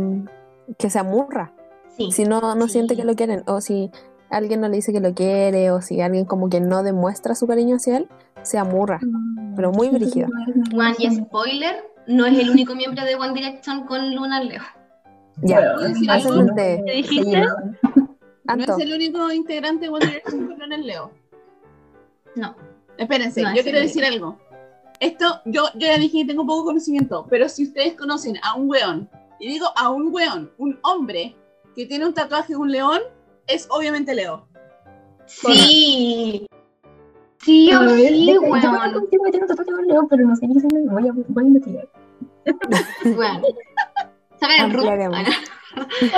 Speaker 2: que se amurra.
Speaker 1: Sí,
Speaker 2: Si no, no
Speaker 1: Sí.
Speaker 2: siente que lo quieren, o si alguien no le dice que lo quiere, o si alguien como que no demuestra su cariño hacia él, se amurra. Pero muy brígido.
Speaker 1: One, y spoiler, no es el único miembro de One Direction con Luna Leo.
Speaker 2: Ya,
Speaker 1: ¿Puedo decir
Speaker 2: hacen
Speaker 1: algo?
Speaker 2: el de
Speaker 5: ¿Qué dijiste?
Speaker 3: No
Speaker 2: Anto.
Speaker 3: es el único integrante de One Direction que no es Leo.
Speaker 1: No.
Speaker 3: Espérense,
Speaker 1: No,
Speaker 3: yo
Speaker 1: es
Speaker 3: quiero
Speaker 1: el
Speaker 3: decir algo. Esto, yo, yo ya dije que tengo poco conocimiento, pero si ustedes conocen a un weón, y digo a un weón, un hombre que tiene un tatuaje de un león, es obviamente Leo.
Speaker 1: Sí. Sí,
Speaker 4: Pero
Speaker 1: o
Speaker 4: él-
Speaker 1: sí,
Speaker 4: yo
Speaker 1: weón.
Speaker 4: conozco un tipo que tiene un tatuaje de un león, pero no sé qué es el león. Voy a, voy a investigar.
Speaker 1: Weón. Saca el root.
Speaker 2: Ampliaremos.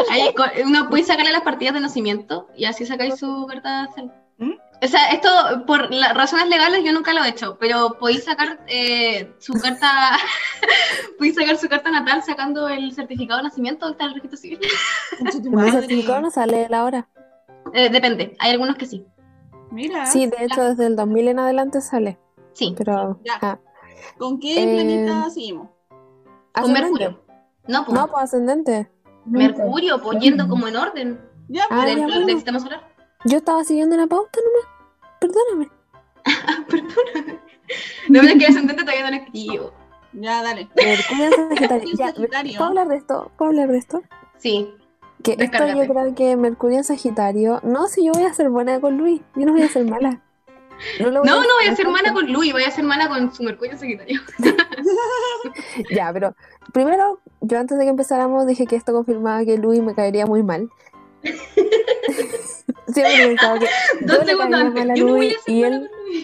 Speaker 1: Ahí co- Uno puede sacarle las partidas de nacimiento y así sacáis su verdad. selva.
Speaker 3: ¿Mm?
Speaker 1: O sea, esto por las razones legales yo nunca lo he hecho, pero podéis sacar eh, su carta, podéis sacar su carta natal sacando el certificado de nacimiento está el registro civil.
Speaker 3: Concha tu
Speaker 2: En el
Speaker 3: madre.
Speaker 2: certificado no sale la hora.
Speaker 1: Eh, depende, hay algunos que sí.
Speaker 3: Mira,
Speaker 2: Sí, de hecho, desde el 2000 en adelante sale.
Speaker 1: Sí.
Speaker 2: Pero.
Speaker 3: Ya.
Speaker 2: ah,
Speaker 3: ¿con qué
Speaker 2: Eh,
Speaker 3: planeta seguimos?
Speaker 1: Con
Speaker 2: ascendente.
Speaker 1: Mercurio. No, pues.
Speaker 2: No, pues ascendente.
Speaker 1: Mercurio, pues yendo como en orden
Speaker 3: Ya, pues,
Speaker 2: Ah,
Speaker 3: pero-
Speaker 1: dentro
Speaker 2: bueno.
Speaker 1: del sistema solar.
Speaker 2: Yo estaba siguiendo la pauta nomás. Perdóname.
Speaker 1: No verdad que el ascendente todavía no lo escribo.
Speaker 3: ya, dale.
Speaker 2: Mercurio en Sagitario.
Speaker 3: Mercurio
Speaker 2: Ya,
Speaker 3: Sagitario.
Speaker 2: ¿Puedo hablar de esto? ¿Puedo hablar de esto?
Speaker 1: Sí.
Speaker 2: Que esto yo
Speaker 1: Descárgate.
Speaker 2: creo que Mercurio en Sagitario. No, si yo voy a ser buena con Luis, yo no voy a ser mala. No, lo
Speaker 1: No, no voy a ser
Speaker 2: mala
Speaker 1: mala con Luis, voy a ser mala con su Mercurio en Sagitario.
Speaker 2: Ya, pero primero, yo antes de que empezáramos dije que esto confirmaba que Luis me caería muy mal. Siempre me pensaba que.
Speaker 1: Dos
Speaker 2: yo le
Speaker 1: segundos
Speaker 2: caía
Speaker 1: antes.
Speaker 2: mal a
Speaker 1: Yo no voy
Speaker 2: Luis
Speaker 1: a
Speaker 2: y
Speaker 1: ser
Speaker 2: él-
Speaker 1: mala con Luis.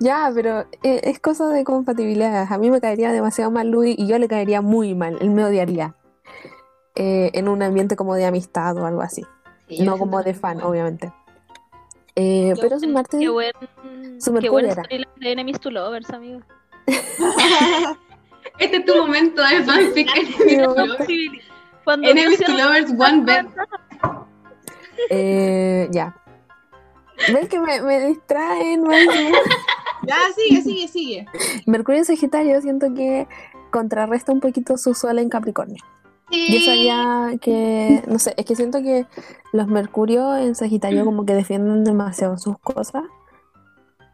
Speaker 2: Ya, pero eh, es cosa de compatibilidad. A mí me caería demasiado mal Luis y yo le caería muy mal. Él me odiaría. Eh, en un ambiente como de amistad o algo así.
Speaker 1: Sí, yo
Speaker 2: no
Speaker 1: me
Speaker 2: como
Speaker 1: siento
Speaker 2: de
Speaker 1: muy
Speaker 2: fan,
Speaker 1: mal.
Speaker 2: obviamente. Eh,
Speaker 5: Qué
Speaker 2: pero
Speaker 5: buen-
Speaker 2: su Marte,
Speaker 5: Qué buen.
Speaker 2: Sumarte
Speaker 5: Qué buen
Speaker 2: era.
Speaker 5: storyline de Enemies to Lovers, amigo.
Speaker 1: Este es tu momento de fanfic. Enemies to lovers.
Speaker 5: Cuando
Speaker 1: Enemies to
Speaker 5: pusieron-
Speaker 1: lovers, one bed.
Speaker 2: eh, ya. ¿Ves que me, me distraen? más?
Speaker 3: Ya, sigue, sigue, sigue.
Speaker 2: Mercurio en Sagitario siento que contrarresta un poquito su sol en Capricornio. Yo sabía que, no sé, es que siento que los Mercurio en Sagitario como que defienden demasiado sus cosas.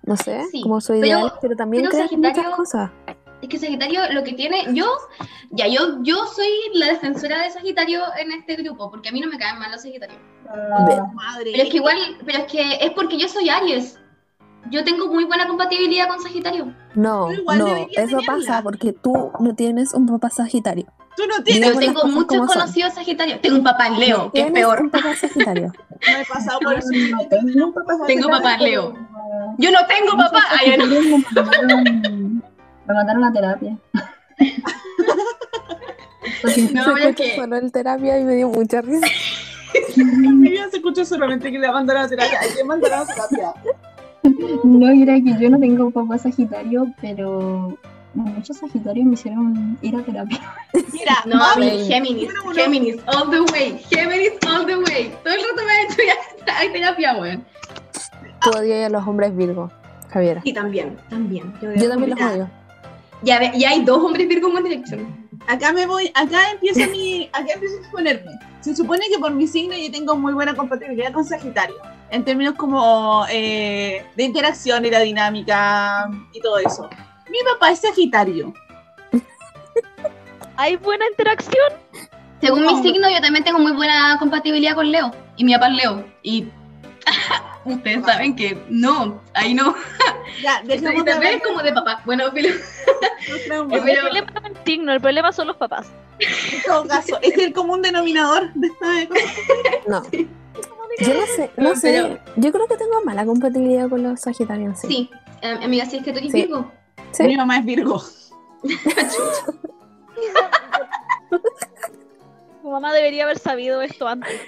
Speaker 2: No sé,
Speaker 1: Sí,
Speaker 2: como su
Speaker 1: pero-
Speaker 2: ideal, pero, también
Speaker 1: pero
Speaker 2: creen muchas
Speaker 1: Sagitario-
Speaker 2: cosas.
Speaker 1: Es que Sagitario lo que tiene, yo, ya, yo, yo soy la defensora de Sagitario en este grupo, porque a mí no me caen mal los Sagitarios.
Speaker 3: Madre.
Speaker 1: Pero es que igual, pero es que es porque yo soy Aries. Yo tengo muy buena compatibilidad con Sagitario.
Speaker 2: No,
Speaker 3: Pero igual
Speaker 2: no,
Speaker 3: debería
Speaker 2: eso
Speaker 3: tenerla.
Speaker 2: pasa porque tú no tienes un papá Sagitario.
Speaker 3: Tú no
Speaker 2: Digamos
Speaker 3: tienes.
Speaker 1: Yo
Speaker 2: las
Speaker 1: tengo
Speaker 2: cosas
Speaker 1: muchos
Speaker 2: como son.
Speaker 1: conocidos Sagitarios. Tengo un papá en Leo, que es
Speaker 2: Tienes
Speaker 1: peor.
Speaker 2: un papá Sagitario.
Speaker 3: No he pasado por eso. No tengo papá.
Speaker 1: Tengo papá Leo. Yo no tengo papá. Ay, no.
Speaker 4: Me mandaron- me mandaron a terapia.
Speaker 1: No,
Speaker 2: Se
Speaker 1: pero es
Speaker 2: escucha
Speaker 1: que-
Speaker 2: solo en terapia y me dio mucha risa.
Speaker 3: En mi vida se escuchó solamente que le mandaron a terapia. Hay que mandar a terapia.
Speaker 4: No, mira que yo no tengo papá sagitario, pero muchos sagitarios me hicieron ir a terapia.
Speaker 3: Mira,
Speaker 1: No, a mí,
Speaker 2: Mami.
Speaker 1: Géminis,
Speaker 3: Número uno.
Speaker 1: Géminis, all the way, Géminis, all the way. Todo el rato me ha hecho ya, hay terapia, weón.
Speaker 2: Tú odias a los hombres Virgo, Javiera.
Speaker 1: Y también, también.
Speaker 2: Yo también los odio.
Speaker 1: Ya, ve- ya hay dos hombres Virgo en One Direction.
Speaker 3: acá me voy, acá empieza mi, acá empiezo a exponerme. Se supone que por mi signo yo tengo muy buena compatibilidad con Sagitario, en términos como eh, de interacción y la dinámica y todo eso. Mi papá es Sagitario.
Speaker 5: Hay buena interacción.
Speaker 1: Según
Speaker 3: No.
Speaker 1: mi signo, yo también tengo muy buena compatibilidad con Leo. Y mi papá es Leo. Y ustedes saben que no, ahí no.
Speaker 3: Ya,
Speaker 1: Y
Speaker 3: dejemos de
Speaker 1: también
Speaker 3: hablar
Speaker 1: es como de papá. Bueno, pero
Speaker 3: de los traumas.
Speaker 1: Es
Speaker 5: El
Speaker 1: Pero-
Speaker 5: problema no es el signo, el problema son los papás.
Speaker 3: En todo caso, es el común denominador de esta cosa.
Speaker 2: No. Yo no sé, no
Speaker 1: No, pero-
Speaker 2: sé. Yo creo que tengo mala compatibilidad con los Sagitarios. Sí.
Speaker 1: sí, eh, amiga, si es que tú eres
Speaker 2: Sí.
Speaker 1: Virgo.
Speaker 2: Sí.
Speaker 3: Mi mamá es Virgo.
Speaker 5: Tu mamá debería haber sabido esto antes.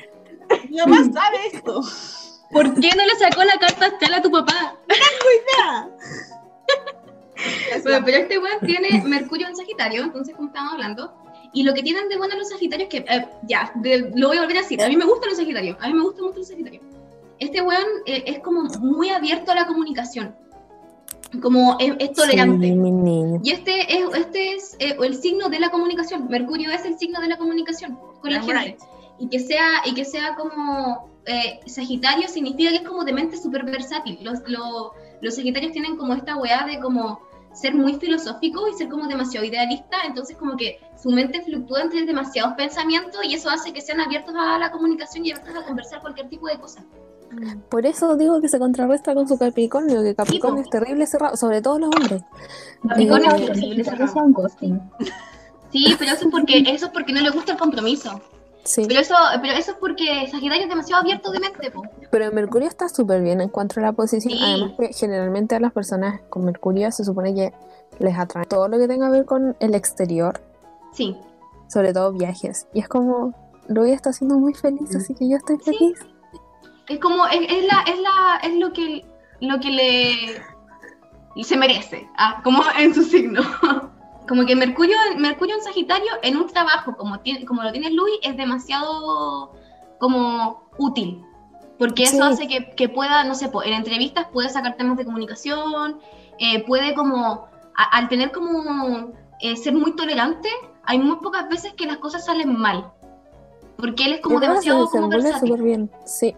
Speaker 3: Mi mamá sabe esto.
Speaker 1: ¿Por qué no le sacó la carta astral a tu papá?
Speaker 3: Ya.
Speaker 1: Bueno, pero este weón tiene Mercurio en Sagitario, entonces como estábamos hablando, y lo que tienen de bueno los Sagitarios que, eh, ya, de- lo voy a volver a decir, a mí me gustan los Sagitarios, a mí me gustan mucho los Sagitarios. Este weón eh, es como muy abierto a la comunicación, como es, es tolerante.
Speaker 2: Sí, mi niño.
Speaker 1: Y este es, este es eh, el signo de la comunicación. Mercurio es el signo de la comunicación con la
Speaker 3: Alright.
Speaker 1: gente. Y que sea, y que sea como eh, Sagitario significa que es como de mente súper versátil. Los, lo- los Sagitarios tienen como esta weá de como ser muy filosófico y ser como demasiado idealista. Entonces como que su mente fluctúa entre demasiados pensamientos y eso hace que sean abiertos a la comunicación y abiertos a conversar cualquier tipo de cosa.
Speaker 2: Por eso digo que se contrarresta con su Capricornio, que Capricornio es terrible cerrado, sobre todo los hombres.
Speaker 1: Capricornio
Speaker 2: Eh,
Speaker 1: es terrible
Speaker 4: Sagitario
Speaker 1: cerrado.
Speaker 4: hacían ghosting.
Speaker 1: Sí, pero eso es porque, eso es porque no le gusta el compromiso.
Speaker 2: sí,
Speaker 1: Pero eso, pero eso es porque Sagitario es demasiado abierto de mente, po.
Speaker 2: pero Mercurio está súper bien en cuanto a la posición.
Speaker 1: Sí.
Speaker 2: Además que generalmente a las personas con Mercurio se supone que les atrae todo lo que tenga que ver con el exterior,
Speaker 1: Sí.
Speaker 2: sobre todo viajes. Y es como, Luis está siendo muy
Speaker 1: Mm.
Speaker 2: feliz, así que yo estoy feliz.
Speaker 1: Es como, es, es la, es la, es lo que, lo que le se merece, ah, como en su signo. Como que Mercurio, Mercurio en Sagitario, en un trabajo como, tiene, como lo tiene Luis, es demasiado como útil. Porque eso
Speaker 2: Sí.
Speaker 1: hace que, que pueda, no sé, po, en entrevistas puede sacar temas de comunicación, eh, puede como, a- al tener como, eh, ser muy tolerante, hay muy pocas veces que las cosas salen mal. Porque él es como
Speaker 2: Yo creo que
Speaker 1: demasiado
Speaker 2: se
Speaker 1: como
Speaker 2: desenvuelve
Speaker 1: versátil.
Speaker 2: súper bien. Sí,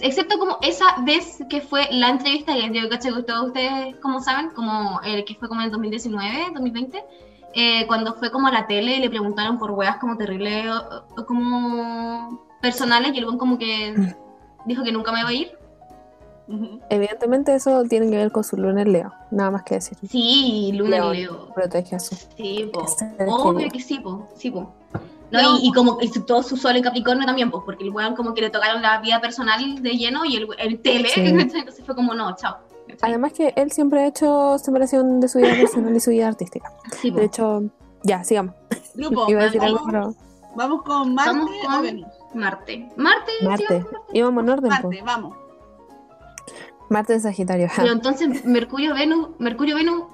Speaker 1: Excepto como esa vez que fue la entrevista que yo caché que todos ustedes, como saben, como el que fue como en el 2019, 2020, eh, cuando fue como a la tele y le preguntaron por weas como terribles, o- o como personales, y el buen como que dijo que nunca me iba a ir.
Speaker 3: Ujú.
Speaker 2: evidentemente eso tiene que ver con su luna en Leo, nada más que decir.
Speaker 1: Sí, Luna y
Speaker 2: León.
Speaker 1: Leo.
Speaker 2: Protege a su...
Speaker 1: Sí, po.
Speaker 2: Este es
Speaker 1: Obvio
Speaker 2: genio.
Speaker 1: que sí, po. Sí, po. ¿no? Y, y como y su- todo su sol en Capricornio también, pues, porque el weón como que le tocaron la vida personal de lleno y el, el tele,
Speaker 2: Sí.
Speaker 1: entonces fue como, no, chao.
Speaker 2: Además que él siempre ha hecho separación de su vida personal y su vida artística.
Speaker 1: Sí,
Speaker 2: De
Speaker 1: pues.
Speaker 2: hecho, ya, sigamos.
Speaker 3: Grupo,
Speaker 2: Iba a decir algo,
Speaker 3: vamos,
Speaker 2: pero
Speaker 3: vamos con Marte
Speaker 1: Vamos
Speaker 3: o
Speaker 1: con-
Speaker 3: Venus.
Speaker 1: Marte. Marte,
Speaker 2: Marte. Íbamos en orden, po.
Speaker 3: Marte, vamos.
Speaker 2: Marte de Sagitario. ja.
Speaker 1: Pero entonces Mercurio, Venus, Mercurio, Venus,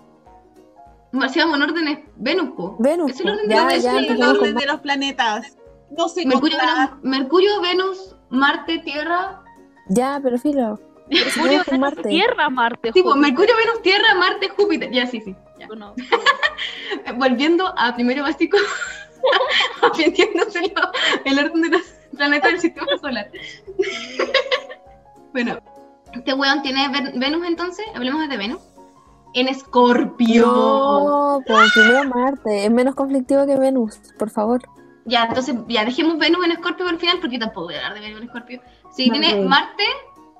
Speaker 1: ma- si vamos en orden es Venus, po.
Speaker 2: Venus.
Speaker 1: Es el
Speaker 2: po.
Speaker 1: orden
Speaker 2: Ya,
Speaker 1: de-
Speaker 2: ya,
Speaker 1: es
Speaker 3: El
Speaker 2: empezamos con
Speaker 3: orden de los planetas. No sé
Speaker 1: Mercurio,
Speaker 3: contar.
Speaker 1: Venus, Mercurio, Venus, Marte, Tierra.
Speaker 2: Mar- Ya, pero filo. Mercurio con Marte.
Speaker 5: Tierra, Marte.
Speaker 1: Sí, pues,
Speaker 5: Júpiter.
Speaker 1: Mercurio, Venus, Tierra, Marte, Júpiter. Ya, sí, sí. ya.
Speaker 5: No,
Speaker 1: Volviendo a primero básico, aprendiéndoselo el orden de los planetas del sistema solar. bueno, este weón tiene Ven- Venus entonces, hablemos de Venus. En Escorpio.
Speaker 2: No, pues primero Marte. Es menos conflictivo que Venus, por favor.
Speaker 1: Ya, entonces, ya dejemos Venus en Escorpio por el final, porque yo tampoco voy a hablar de Venus en Escorpio. Sí,
Speaker 2: Marte.
Speaker 1: tiene Marte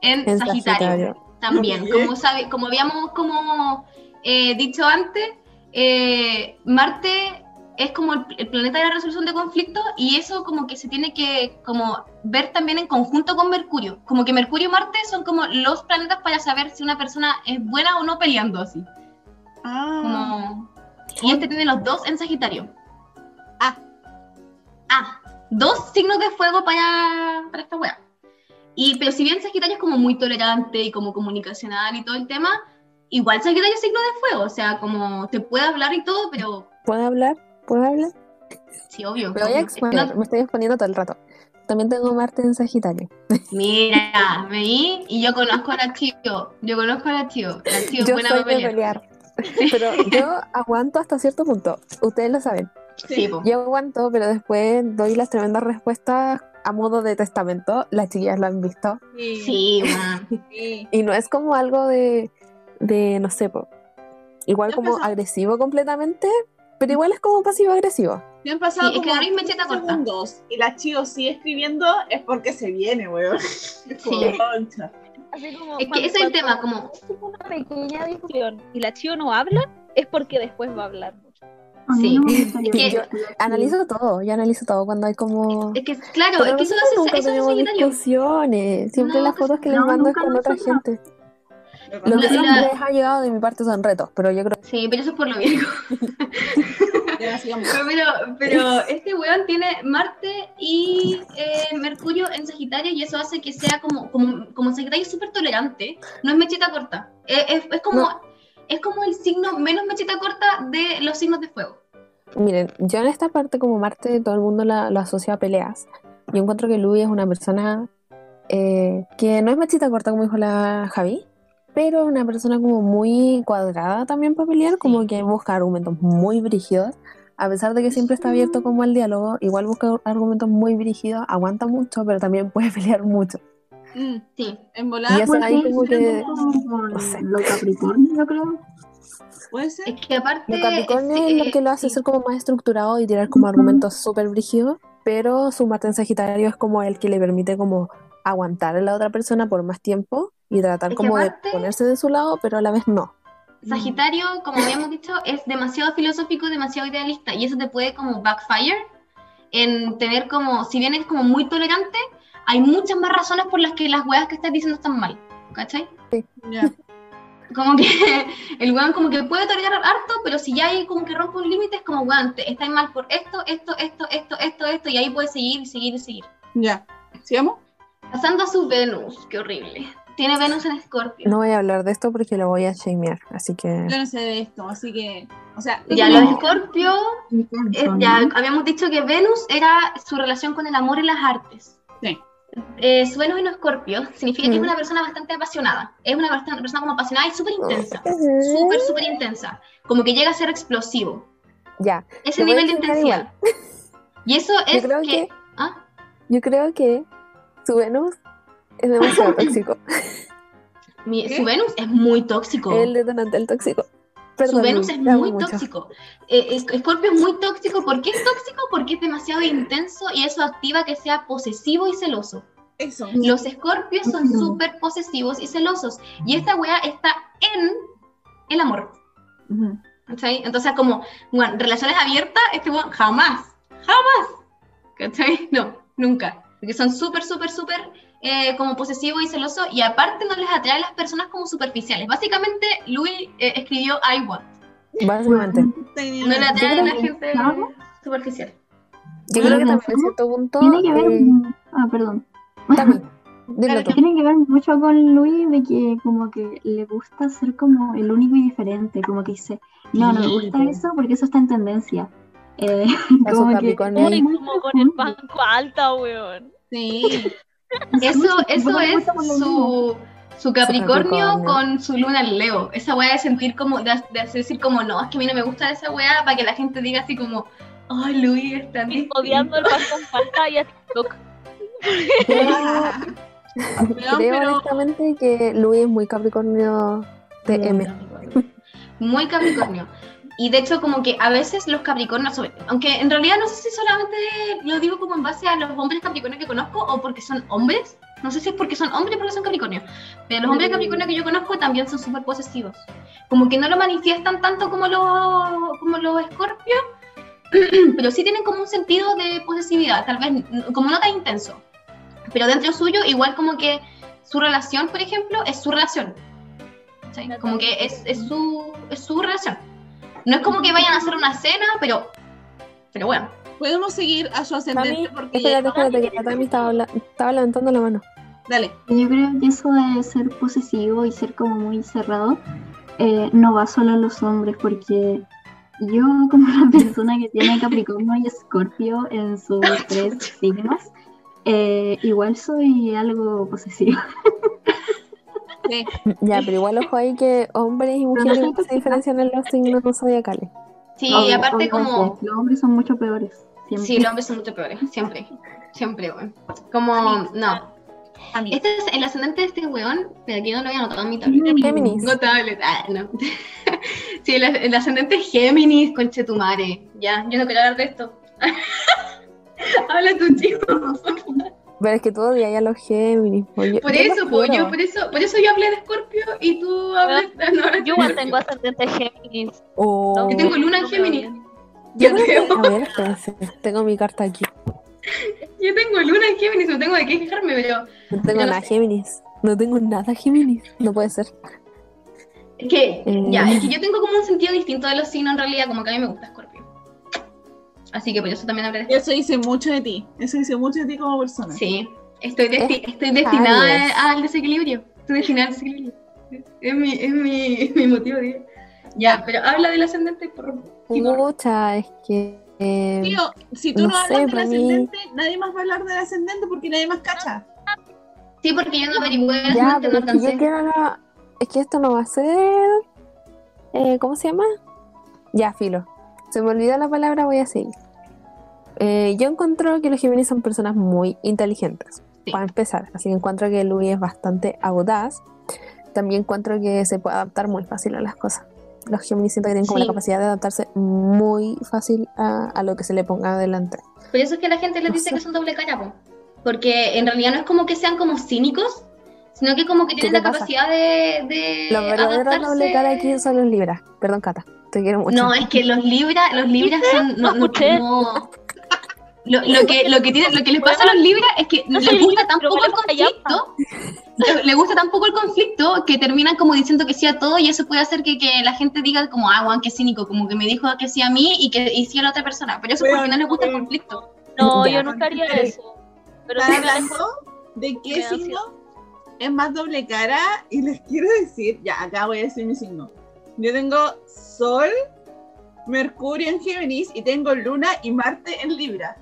Speaker 1: en,
Speaker 2: En
Speaker 1: Sagitario,
Speaker 2: Sagitario.
Speaker 1: también.
Speaker 3: Muy bien.
Speaker 1: Como, sabe- como habíamos como eh, dicho antes, eh, Marte es como el, el planeta de la resolución de conflictos y eso como que se tiene que como ver también en conjunto con Mercurio. Como que Mercurio y Marte son como los planetas para saber si una persona es buena o no peleando así.
Speaker 3: Ah,
Speaker 1: Como... Y este tiene los dos en Sagitario.
Speaker 3: Ah.
Speaker 1: Ah. Dos signos de fuego para, para esta weá. Y, pero si bien Sagitario es como muy tolerante y como comunicacional y todo el tema, igual Sagitario es signo de fuego. O sea, como te puede hablar y todo, pero
Speaker 2: ¿Puedo hablar? ¿Puedo hablar?
Speaker 1: sí, obvio.
Speaker 2: Me voy a
Speaker 1: como- no-
Speaker 2: exponer. Me estoy exponiendo todo el rato. También tengo Marte en Sagitario.
Speaker 1: mira, me di y yo conozco a la tío. Yo conozco a la tío. La tío es
Speaker 2: yo
Speaker 1: buena
Speaker 2: soy
Speaker 1: para
Speaker 2: de
Speaker 1: pelear.
Speaker 2: pelear. Pero yo aguanto hasta cierto punto. Ustedes lo saben.
Speaker 1: Sí, po.
Speaker 2: Yo aguanto, pero después doy las tremendas respuestas a modo de testamento. Las chiquillas lo han visto.
Speaker 3: sí.
Speaker 1: Sí, weón.
Speaker 3: sí.
Speaker 2: Y no es como algo de, de no sé, po, igual
Speaker 3: Ya
Speaker 2: como
Speaker 3: empezó.
Speaker 2: agresivo completamente, pero igual es como pasivo-agresivo.
Speaker 3: Me han pasado
Speaker 1: Mm. Sí, es que
Speaker 3: como
Speaker 1: ahora es mecheta
Speaker 3: 15
Speaker 1: corta.
Speaker 3: segundos y la Chio sigue escribiendo es porque se viene, weón.
Speaker 1: Sí.
Speaker 3: Concha.
Speaker 5: Así como
Speaker 1: Es que ese
Speaker 5: cuando-
Speaker 1: es el
Speaker 5: cuando
Speaker 1: tema, como-
Speaker 5: tuvo una pequeña discusión y la chio no habla, es porque después va a hablar mucho.
Speaker 4: A mí
Speaker 1: Sí.
Speaker 4: no me gustaría
Speaker 1: Es que-
Speaker 4: ver películas
Speaker 2: Analizo todo, yo analizo todo cuando hay como...
Speaker 1: Es que, claro,
Speaker 2: Pero
Speaker 1: es que eso
Speaker 2: nosotros
Speaker 1: hace
Speaker 2: nunca
Speaker 1: eso hace
Speaker 2: tenemos
Speaker 1: Sagitario.
Speaker 2: discusiones, siempre
Speaker 1: No,
Speaker 2: las
Speaker 1: que-
Speaker 2: fotos que les
Speaker 4: no,
Speaker 2: mando es
Speaker 4: nunca
Speaker 2: con otra
Speaker 4: nosotros.
Speaker 2: gente. Lo que
Speaker 1: La-
Speaker 2: sí
Speaker 1: la-
Speaker 2: les ha llegado de mi parte son retos, pero yo creo
Speaker 1: Sí, pero eso es por lo viejo.
Speaker 3: Ya, sigamos.
Speaker 1: Pero, pero, pero este weón tiene Marte y eh, Mercurio en Sagitario y eso hace que sea como, como, como Sagitario es súper tolerante, no es mechita corta. Eh, Es, es como, es como el signo menos mechita corta de los signos de fuego.
Speaker 2: Miren, yo en esta parte como Marte todo el mundo la, la asocia a peleas. Yo encuentro que Luis es una persona eh, que no es machita corta como dijo la Javi, pero una persona como muy cuadrada también para pelear, como que busca argumentos muy brígidos. A pesar de que siempre está abierto como al diálogo, igual busca argumentos muy brígidos, aguanta mucho, pero también puede pelear mucho.
Speaker 3: Mm,
Speaker 1: Sí.
Speaker 3: en
Speaker 2: Y
Speaker 3: volada
Speaker 2: eso
Speaker 3: puede
Speaker 2: ahí
Speaker 3: ser
Speaker 2: como que-
Speaker 4: como con
Speaker 2: no sé.
Speaker 4: Lo Capricornio, yo creo.
Speaker 3: Puede ser.
Speaker 1: Es que aparte... eh,
Speaker 2: Lo Capricornio
Speaker 1: sí,
Speaker 2: es lo que lo hace
Speaker 1: sí.
Speaker 2: ser como más estructurado y tirar como
Speaker 4: Ujú.
Speaker 2: argumentos súper brígidos, pero su Marte en Sagitario es como el que le permite como aguantar a la otra persona por más tiempo y tratar
Speaker 1: Es que
Speaker 2: como
Speaker 1: aparte-
Speaker 2: de ponerse de su lado, pero a la vez no.
Speaker 1: Sagitario, como habíamos dicho, es demasiado filosófico, demasiado idealista y eso te puede como backfire en tener como, si bien es como muy tolerante, hay muchas más razones por las que las weas que estás diciendo están mal, ¿cachai?
Speaker 3: Ya.
Speaker 1: Como que el weón como que puede tolerar harto, pero si ya hay como que rompe un límite es como weón, te estáis mal por esto, esto, esto, esto, esto, esto y ahí puedes seguir, seguir, seguir.
Speaker 3: Ya. ¿Sigamos?
Speaker 1: Pasando a su Venus, qué horrible. Tiene Venus en Escorpio.
Speaker 2: No voy a hablar de esto porque lo voy a shamear, así que
Speaker 3: Yo no sé de esto, así que. O sea,
Speaker 1: Ya los Escorpio
Speaker 4: Me
Speaker 1: Eh,
Speaker 4: encanta,
Speaker 1: ya
Speaker 4: ¿no?
Speaker 1: habíamos dicho que Venus era su relación con el amor y las artes.
Speaker 3: Sí.
Speaker 1: Eh, su Venus en Escorpio significa que es
Speaker 2: Mm.
Speaker 1: una persona bastante apasionada. Es una bast- persona como apasionada y súper intensa.
Speaker 2: Ujú.
Speaker 1: Súper, súper intensa. Como que llega a ser explosivo.
Speaker 2: ya.
Speaker 1: Ese
Speaker 2: Te voy a
Speaker 1: nivel de
Speaker 2: explicar
Speaker 1: intensidad. Y eso
Speaker 2: Yo
Speaker 1: es
Speaker 2: creo
Speaker 1: que...
Speaker 2: que
Speaker 1: ¿Ah?
Speaker 2: yo creo que su Venus es demasiado tóxico.
Speaker 1: Mi-
Speaker 3: ¿Qué?
Speaker 1: su Venus es muy tóxico.
Speaker 2: El detonante del tóxico.
Speaker 1: su
Speaker 2: Perdón,
Speaker 1: Venus es
Speaker 2: te amo
Speaker 1: muy
Speaker 2: mucho.
Speaker 1: tóxico. Eh, es- Escorpio es muy tóxico. ¿Por qué es tóxico? Porque es demasiado intenso y eso activa que sea posesivo y celoso.
Speaker 3: eso.
Speaker 1: Los escorpios son
Speaker 4: Ujú.
Speaker 1: súper posesivos y celosos. Y esta weá está en el amor.
Speaker 3: Ujú.
Speaker 1: ¿cachai? Entonces, como, bueno, relaciones abiertas, este weón jamás, jamás ¿Cachai? No, nunca. Porque son súper, súper, súper eh, como posesivo y celoso y aparte no les atrae a las personas como superficiales. Básicamente, Louis eh, escribió I want.
Speaker 2: Básicamente.
Speaker 1: No le atrae a
Speaker 4: creo
Speaker 1: la
Speaker 4: que-
Speaker 1: gente
Speaker 4: ¿no?
Speaker 1: superficial.
Speaker 2: Yo creo que
Speaker 4: Bueno,
Speaker 2: también a cierto punto.
Speaker 4: Tiene que ver.
Speaker 2: eh,
Speaker 4: Ah, perdón.
Speaker 2: Tami, dilo tú.
Speaker 4: Tiene que ver mucho con Luis de que como que le gusta ser como el único y diferente, como que dice, no, no me gusta
Speaker 2: Sí.
Speaker 4: eso porque eso está en tendencia. Eh,
Speaker 2: Está su
Speaker 4: como que
Speaker 2: Capricornio
Speaker 5: Uy,
Speaker 2: ahí.
Speaker 5: como con el banco alta, weón.
Speaker 1: Sí.
Speaker 4: es
Speaker 1: Eso,
Speaker 4: mucho,
Speaker 1: eso
Speaker 4: tampoco le
Speaker 1: es
Speaker 4: gusta por lo mismo.
Speaker 1: su, su Capricornio
Speaker 2: Capricornio.
Speaker 1: con su luna en Leo. Esa weá de sentir como, de, de decir como, no, es que a mí no me gusta esa weá para que la gente diga así como, oh, Luis es tan
Speaker 5: Y
Speaker 1: distinto".
Speaker 5: odiando el banco en falta y a TikTok.
Speaker 2: Creo ¿eh?
Speaker 3: pero-
Speaker 2: honestamente que Luis es muy Capricornio de
Speaker 1: Muy
Speaker 2: M.
Speaker 1: Capricornio. Muy Capricornio. Y de hecho, como que a veces los Capricornios, sobre- aunque en realidad no sé si solamente lo digo como en base a los hombres Capricornio que conozco o porque son hombres. No sé si es porque son hombres o porque son Capricornio. Pero los hombres Capricornio que yo conozco también son súper posesivos. Como que no lo manifiestan tanto como los, como los escorpios, pero sí tienen como un sentido de posesividad, tal vez n- como no tan intenso. Pero dentro suyo, igual como que su relación, por ejemplo, es su relación. ¿Cachai? Como que es, es, su, es su relación. No es como que vayan a hacer una cena, pero, pero bueno.
Speaker 3: Podemos seguir a su ascendente
Speaker 2: Tami,
Speaker 3: porque.
Speaker 2: espérate, espérate, que la Tami estaba, habla- estaba levantando la mano.
Speaker 3: Dale.
Speaker 4: Yo creo que eso de ser posesivo y ser como muy cerrado eh, no va solo a los hombres, porque yo como una persona que tiene Capricornio y Escorpio en sus tres signos, eh, igual soy algo posesivo.
Speaker 2: Ya, pero igual ojo ahí que hombres y mujeres
Speaker 4: Pero-
Speaker 2: igual se diferencian en los signos zodiacales.
Speaker 1: Sí,
Speaker 4: Obvio,
Speaker 1: y aparte
Speaker 4: obvio,
Speaker 1: como...
Speaker 4: obvio. Los hombres son mucho peores. siempre.
Speaker 1: Sí, los hombres son mucho peores, siempre. Siempre, weón. Como, no.
Speaker 5: Amiga.
Speaker 1: Este es el ascendente de este weón, pero aquí no lo había anotado en mi tableta.
Speaker 2: Géminis.
Speaker 1: No tablet, ah, no. sí, el, el ascendente es Géminis, conchetumare. Ya, yo no quiero hablar de esto. Habla tu chico.
Speaker 2: Pero es que tú odias a los Géminis. po. Yo-
Speaker 1: Por
Speaker 2: yo
Speaker 1: eso,
Speaker 2: los
Speaker 1: po, yo
Speaker 2: juro.
Speaker 1: por eso, por eso yo hablé de Escorpio y tú hablas de no,
Speaker 5: Ah, Yo igual tengo ascendente Géminis.
Speaker 2: Oh.
Speaker 5: ¿no?
Speaker 1: Yo tengo luna en
Speaker 5: No me
Speaker 1: Géminis.
Speaker 5: odien.
Speaker 2: Yo
Speaker 1: Yo
Speaker 2: creo que-
Speaker 1: tengo,
Speaker 2: a ver, espérense, tengo mi carta aquí.
Speaker 1: yo tengo luna en Géminis, no tengo de qué quejarme, pero
Speaker 2: No tengo
Speaker 1: Yo no
Speaker 2: nada
Speaker 1: sé.
Speaker 2: Géminis. No tengo nada Géminis. No puede ser.
Speaker 1: es que,
Speaker 2: Eh.
Speaker 1: ya, es que yo tengo como un sentido distinto de los signos en realidad, como que a mí me gusta Escorpio. Así que por eso también hablé de
Speaker 3: Eso dice mucho de ti. Eso dice mucho de ti como persona.
Speaker 1: Sí, estoy, desti- estoy destinada
Speaker 2: Aries.
Speaker 1: al desequilibrio. Estoy destinada al desequilibrio. Es mi, es mi, es mi motivo, digo. Ya, pero habla del ascendente por favor.
Speaker 2: Mucha, es que. eh,
Speaker 3: Tío, si tú no,
Speaker 2: No
Speaker 3: hablas
Speaker 2: sé,
Speaker 3: del
Speaker 2: para mí-
Speaker 3: ascendente, nadie más va a hablar del ascendente porque nadie más cacha.
Speaker 1: Sí, porque yo no averigüé las
Speaker 2: ya,
Speaker 1: mentes,
Speaker 2: pero
Speaker 1: no
Speaker 2: es que yo
Speaker 1: alcancé.
Speaker 2: quiero. la- Es que esto no va a ser. eh, ¿Cómo se llama? Ya, filo. Se me olvidó la palabra, voy a seguir. Eh, yo encuentro que los Géminis son personas muy inteligentes.
Speaker 1: Sí.
Speaker 2: Para empezar. Así que encuentro que Louis es bastante audaz. También encuentro que se puede adaptar muy fácil a las cosas. Los Géminis siempre tienen como
Speaker 1: Sí.
Speaker 2: la capacidad de adaptarse muy fácil a, a lo que se le ponga adelante.
Speaker 1: Por eso es que la gente les
Speaker 2: No
Speaker 1: dice
Speaker 2: sé.
Speaker 1: que son doble cara, po. porque en realidad no es como que sean como cínicos, sino que como que tienen
Speaker 2: te
Speaker 1: la
Speaker 2: pasa?
Speaker 1: capacidad de, de
Speaker 2: Los verdaderos doble cara aquí son los libras. Perdón, Cata, te quiero mucho.
Speaker 1: No, es que los libras, los libras son no, no,
Speaker 5: escuché.
Speaker 1: no. Lo, lo que lo que tienen, lo que les pasa a los libras es que
Speaker 5: No soy
Speaker 1: les gusta
Speaker 5: Libra,
Speaker 1: tan
Speaker 5: pero
Speaker 1: poco el
Speaker 5: vale para allá.
Speaker 1: conflicto, le- le gusta tan poco el conflicto que terminan como diciendo que sí a todo y eso puede hacer que, que la gente diga como ah, Juan, qué cínico, como que me dijo que sí a mí y que y sí a la otra persona, pero eso es porque no les gusta el conflicto.
Speaker 5: No,
Speaker 2: Ya.
Speaker 5: yo nunca haría eso. Pero
Speaker 1: Eh,
Speaker 3: Están
Speaker 5: sí me
Speaker 3: hablando de
Speaker 5: Me
Speaker 3: qué
Speaker 5: da
Speaker 3: signo es más doble cara y les quiero decir, ya acá voy a decir mi signo. Yo tengo Sol, Mercurio en Géminis y tengo Luna y Marte en Libra.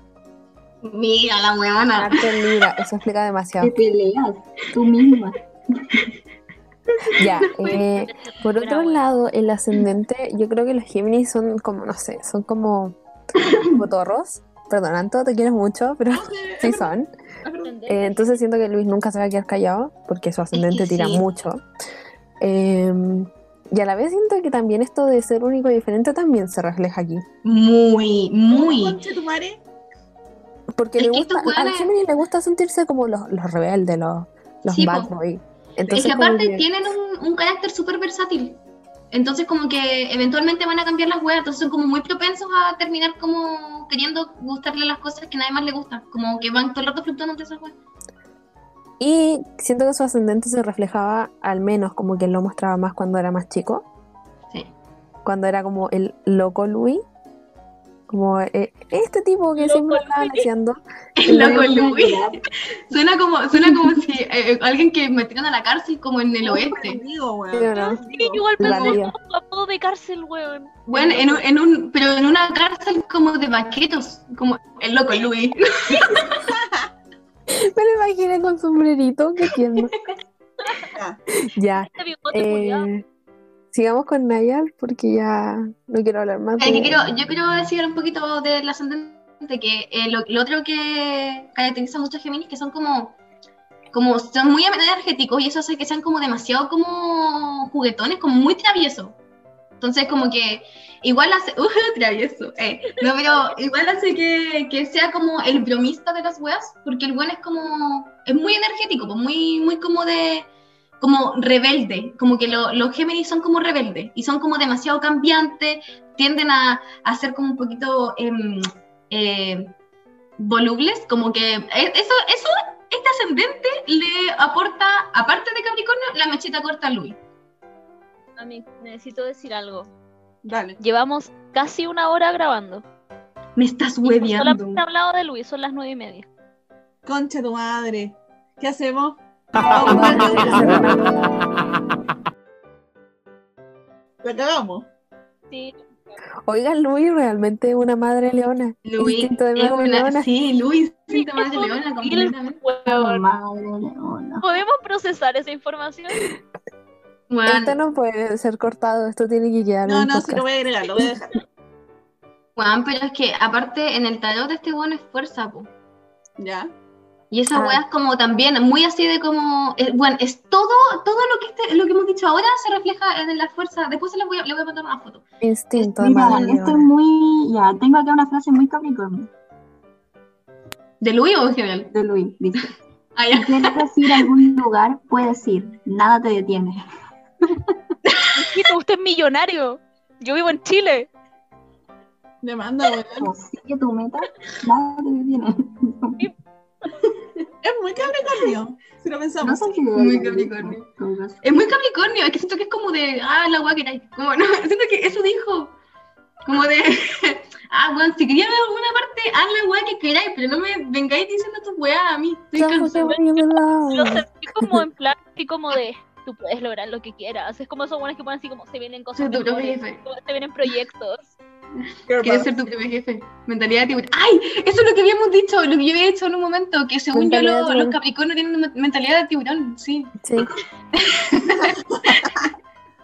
Speaker 1: Mira la huevona.
Speaker 2: Arte libra, Ah, eso explica demasiado.
Speaker 4: Te peleas tú misma.
Speaker 2: Ya, eh, por
Speaker 5: Bravo.
Speaker 2: otro lado, el ascendente, yo creo que los Géminis son como, no sé, son como cotorros. Perdón, Anto, te quiero mucho, pero Ah, sí son.
Speaker 5: sorprende.
Speaker 2: Eh, entonces siento que Luis nunca se va a quedar callado porque su ascendente tira
Speaker 1: sí.
Speaker 2: mucho. Eh, y a la vez siento que también esto de ser único y diferente también se refleja aquí.
Speaker 1: Muy, muy.
Speaker 3: Conchetumare,
Speaker 2: Porque
Speaker 1: Es
Speaker 2: le
Speaker 1: que
Speaker 2: gusta,
Speaker 1: estos
Speaker 2: a los
Speaker 1: hueones-
Speaker 2: Géminis le gusta sentirse como los, los rebeldes, los, los
Speaker 1: Sí,
Speaker 2: bad
Speaker 1: po.
Speaker 2: boy.
Speaker 1: Es
Speaker 2: Entonces,
Speaker 1: que
Speaker 2: como
Speaker 1: aparte
Speaker 2: que-
Speaker 1: tienen un, un carácter súper versátil. Entonces como que eventualmente van a cambiar las weas, entonces son como muy propensos a terminar como queriendo gustarle las cosas que a nadie más le gustan. Como que van todo el rato fluctuando entre esas cosas.
Speaker 2: Y siento que su ascendente se reflejaba al menos como que él lo mostraba más cuando era más chico.
Speaker 1: Sí.
Speaker 2: Cuando era como el loco Louis. Como eh, este tipo que siempre estaba diciendo.
Speaker 1: El loco Louis. Suena como, suena como si eh, alguien que metieron a la cárcel como en el oeste.
Speaker 3: Conmigo, weón.
Speaker 2: Sí, ¿o no?
Speaker 5: Sí, igual
Speaker 2: La
Speaker 5: pensé
Speaker 2: vida.
Speaker 5: en apodo de cárcel, weón.
Speaker 1: Bueno, en un, en un, pero en una cárcel como de vaqueros, como el loco Louis.
Speaker 2: Me lo imaginé con sombrerito, qué tierno.
Speaker 3: Ya.
Speaker 2: ya.
Speaker 5: Este bigote culiao.
Speaker 2: Eh, sigamos con Nayar porque ya no quiero hablar más.
Speaker 1: Eh, que
Speaker 2: de-
Speaker 1: quiero- yo quiero decir un poquito del ascendente, que eh, lo, lo otro que caracteriza mucho a Géminis, que son como, como son muy energéticos y eso hace que sean como demasiado como juguetones, como muy traviesos. Entonces como que igual hace, uh, travieso, eh, no, pero igual hace que, que sea como el bromista de las weas, porque el buen es como, es muy energético, pues muy, muy como de, como rebelde, como que lo- los Géminis son como rebeldes y son como demasiado cambiantes, tienden a, a ser como un poquito em, eh, volubles, como que eh, eso, eso, este ascendente le aporta, aparte de Capricornio, la mechita corta a Luis.
Speaker 5: Mami, necesito decir algo.
Speaker 3: Dale.
Speaker 5: Llevamos casi una hora grabando.
Speaker 1: Me estás
Speaker 5: Y
Speaker 1: hueviando.
Speaker 5: solamente he hablado de Luis, son las nueve y media.
Speaker 3: Concha tu madre. ¿Qué hacemos? La cagamos.
Speaker 5: Sí,
Speaker 2: Oiga, Luis, realmente es una madre leona.
Speaker 1: Luis
Speaker 2: Instinto de
Speaker 1: es
Speaker 2: madre
Speaker 1: una-
Speaker 2: leona.
Speaker 1: sí, Luis, sí,
Speaker 5: Sí,
Speaker 1: madre
Speaker 5: es un
Speaker 1: leona,
Speaker 5: perfil,
Speaker 1: completamente.
Speaker 5: weón.
Speaker 4: Madre leona.
Speaker 5: ¿Podemos procesar esa información?
Speaker 2: Esto
Speaker 1: Weón,
Speaker 2: no puede ser cortado, esto tiene que quedar en
Speaker 3: No,
Speaker 2: el
Speaker 3: no, sí
Speaker 2: podcast.
Speaker 3: lo voy a agregar, lo voy a dejar.
Speaker 1: weón, pero es que aparte en el tarot de este bueno es fuerza, po.
Speaker 3: Ya.
Speaker 1: Y esas
Speaker 2: Ah.
Speaker 1: weas como también, muy así de como, eh, bueno, es todo, todo lo que este- lo que hemos dicho ahora se refleja en la fuerza. Después se les voy, a- les voy a mandar una foto.
Speaker 2: Instinto de
Speaker 4: Mira,
Speaker 2: madre
Speaker 4: esto es
Speaker 2: leona.
Speaker 4: muy. Ya, tengo acá una frase muy capricornio
Speaker 1: ¿De Luis o en general?
Speaker 4: de Luis. Dice:
Speaker 1: Ah, ya.
Speaker 4: Si quieres ir a algún lugar, puedes ir. Nada te detiene.
Speaker 5: Hijito, usted es millonario. Yo vivo en Chile.
Speaker 3: Le manda, weón.
Speaker 4: Consigue tu meta, nada te detiene.
Speaker 3: Es muy capricornio. Si lo
Speaker 4: No
Speaker 3: pensamos.
Speaker 4: sé qué
Speaker 1: Muy capricornio.
Speaker 4: en todo caso.
Speaker 1: Es muy Capricornio, es que siento que es como de, ah, la wea que era, como, no, siento que eso dijo, como de, ah, weón, si quería ver alguna parte, haz la wea que queráis, pero no me vengáis diciendo tus weas a mí, estoy
Speaker 2: Ya, pues. José,
Speaker 1: cansada.
Speaker 2: voy a
Speaker 5: Lo
Speaker 2: verla.
Speaker 5: sentí como en plan, así como de, tú puedes lograr lo que quieras. Es como esos buenos que ponen así como, se vienen
Speaker 1: Soy
Speaker 5: cosas
Speaker 1: tu propio
Speaker 5: mejores,
Speaker 1: jefe.
Speaker 5: se vienen proyectos.
Speaker 3: Girl
Speaker 1: Quieres
Speaker 3: boss.
Speaker 1: ser tu propio jefe, mentalidad de tiburón. ¡Ay! Eso es lo que habíamos dicho, lo que yo había dicho en un momento, que según
Speaker 2: Mentalidad de
Speaker 1: yo lo-
Speaker 2: tiburón.
Speaker 1: los Capricornios tienen una mentalidad de tiburón, sí.
Speaker 2: Sí.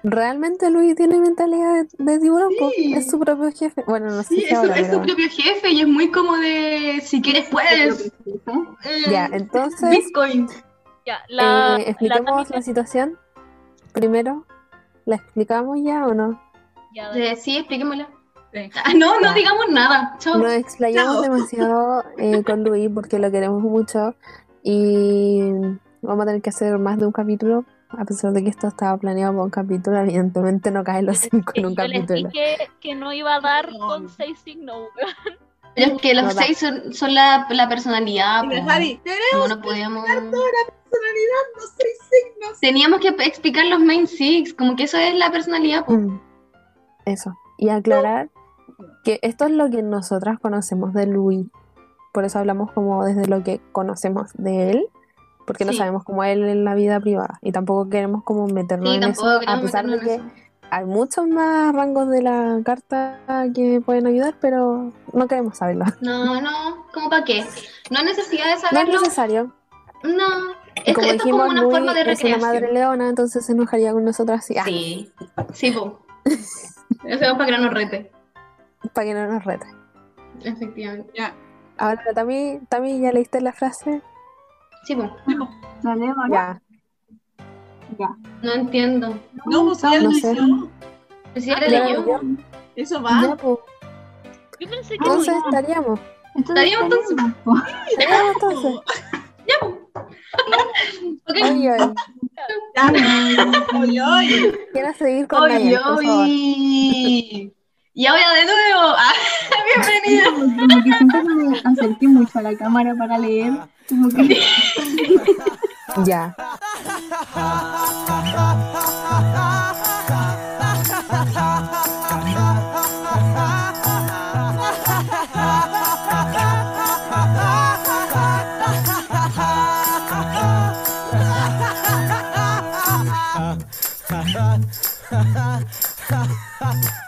Speaker 2: Realmente Luis tiene mentalidad de, de tiburón, po.
Speaker 3: Sí.
Speaker 2: es su propio jefe. Bueno, no
Speaker 1: Sí,
Speaker 2: sé si
Speaker 1: es, su-
Speaker 2: ahora,
Speaker 1: es su
Speaker 2: pero-
Speaker 1: propio jefe y es muy como de, si quieres puedes. Eh,
Speaker 2: Ya, entonces,
Speaker 1: Bitcoin.
Speaker 5: Ya, la,
Speaker 2: eh,
Speaker 5: la Tami
Speaker 2: expliquemos la situación. Primero, ¿la explicamos ya o no?
Speaker 5: ya,
Speaker 1: Eh, Sí, expliquémosla.
Speaker 3: Sí.
Speaker 1: Ah, No, no digamos nada. Chao.
Speaker 2: Nos explayamos
Speaker 3: Chao.
Speaker 2: demasiado eh, con Luis porque lo queremos mucho y vamos a tener que hacer más de un capítulo. A pesar de que esto estaba planeado para un capítulo, evidentemente no caen los cinco en un
Speaker 5: Eh, yo les
Speaker 2: capítulo.
Speaker 5: dije que no iba a dar
Speaker 3: No.
Speaker 5: con seis signos. weón.
Speaker 1: Pero es que los
Speaker 2: No da.
Speaker 1: seis son, son la, la personalidad.
Speaker 3: Y
Speaker 1: po.
Speaker 3: le Jari,
Speaker 1: Como
Speaker 3: tenemos
Speaker 1: no podíamos...
Speaker 3: personalidad, no soy signos.
Speaker 1: Teníamos que explicar los main six, como que eso es la personalidad. po.
Speaker 2: Mm. Eso. Y aclarar que esto es lo que nosotras conocemos de Luis. Por eso hablamos como desde lo que conocemos de él, porque no
Speaker 1: Sí.
Speaker 2: sabemos cómo él en la vida privada y tampoco queremos como meternos
Speaker 1: Sí,
Speaker 2: en eso,
Speaker 1: tampoco
Speaker 2: a
Speaker 1: queremos
Speaker 2: pesar de
Speaker 1: meternos en
Speaker 2: que
Speaker 1: eso.
Speaker 2: hay muchos más rangos de la carta que pueden ayudar, pero no queremos saberlo.
Speaker 1: No, no, como para qué. No hay necesidad de
Speaker 2: No es
Speaker 1: saberlo.
Speaker 2: necesario.
Speaker 1: No,
Speaker 2: Y
Speaker 1: esto,
Speaker 2: como
Speaker 1: esto es como
Speaker 2: dijimos,
Speaker 1: una
Speaker 2: Luis
Speaker 1: forma de
Speaker 2: es una
Speaker 1: recreación.
Speaker 2: madre leona, entonces se enojaría con nosotras y, ah,
Speaker 1: Sí, sí, po. Eso es para que no nos rete,
Speaker 2: para que no nos rete.
Speaker 1: efectivamente.
Speaker 3: Ya.
Speaker 2: Ahora, Tami, Tami, ¿ya leíste la frase?
Speaker 1: Sí, po.
Speaker 4: ¿La leo ahora?
Speaker 2: Ya.
Speaker 4: Ya.
Speaker 1: No entiendo.
Speaker 3: No, pues ya
Speaker 2: no
Speaker 3: lo
Speaker 2: sé.
Speaker 3: hicimos.
Speaker 1: Pero Si era
Speaker 2: ¿Ya la
Speaker 1: de yo,
Speaker 2: leyó?
Speaker 3: Eso va.
Speaker 2: Ya, pues.
Speaker 5: Yo pensé que no
Speaker 2: Entonces
Speaker 5: iba.
Speaker 2: estaríamos.
Speaker 1: Está bien,
Speaker 4: entonces.
Speaker 2: Estaríamos entonces.
Speaker 1: ok.
Speaker 2: Oye, oye,
Speaker 3: Ya. Oye, oye.
Speaker 2: quiero seguir con
Speaker 1: Oy,
Speaker 2: Nayar, por favor.
Speaker 1: oy. Y ahora de nuevo. Ah, Bienvenida.
Speaker 4: Como que siento que me acerqué mucho a la cámara para leer. Como que
Speaker 6: Ya.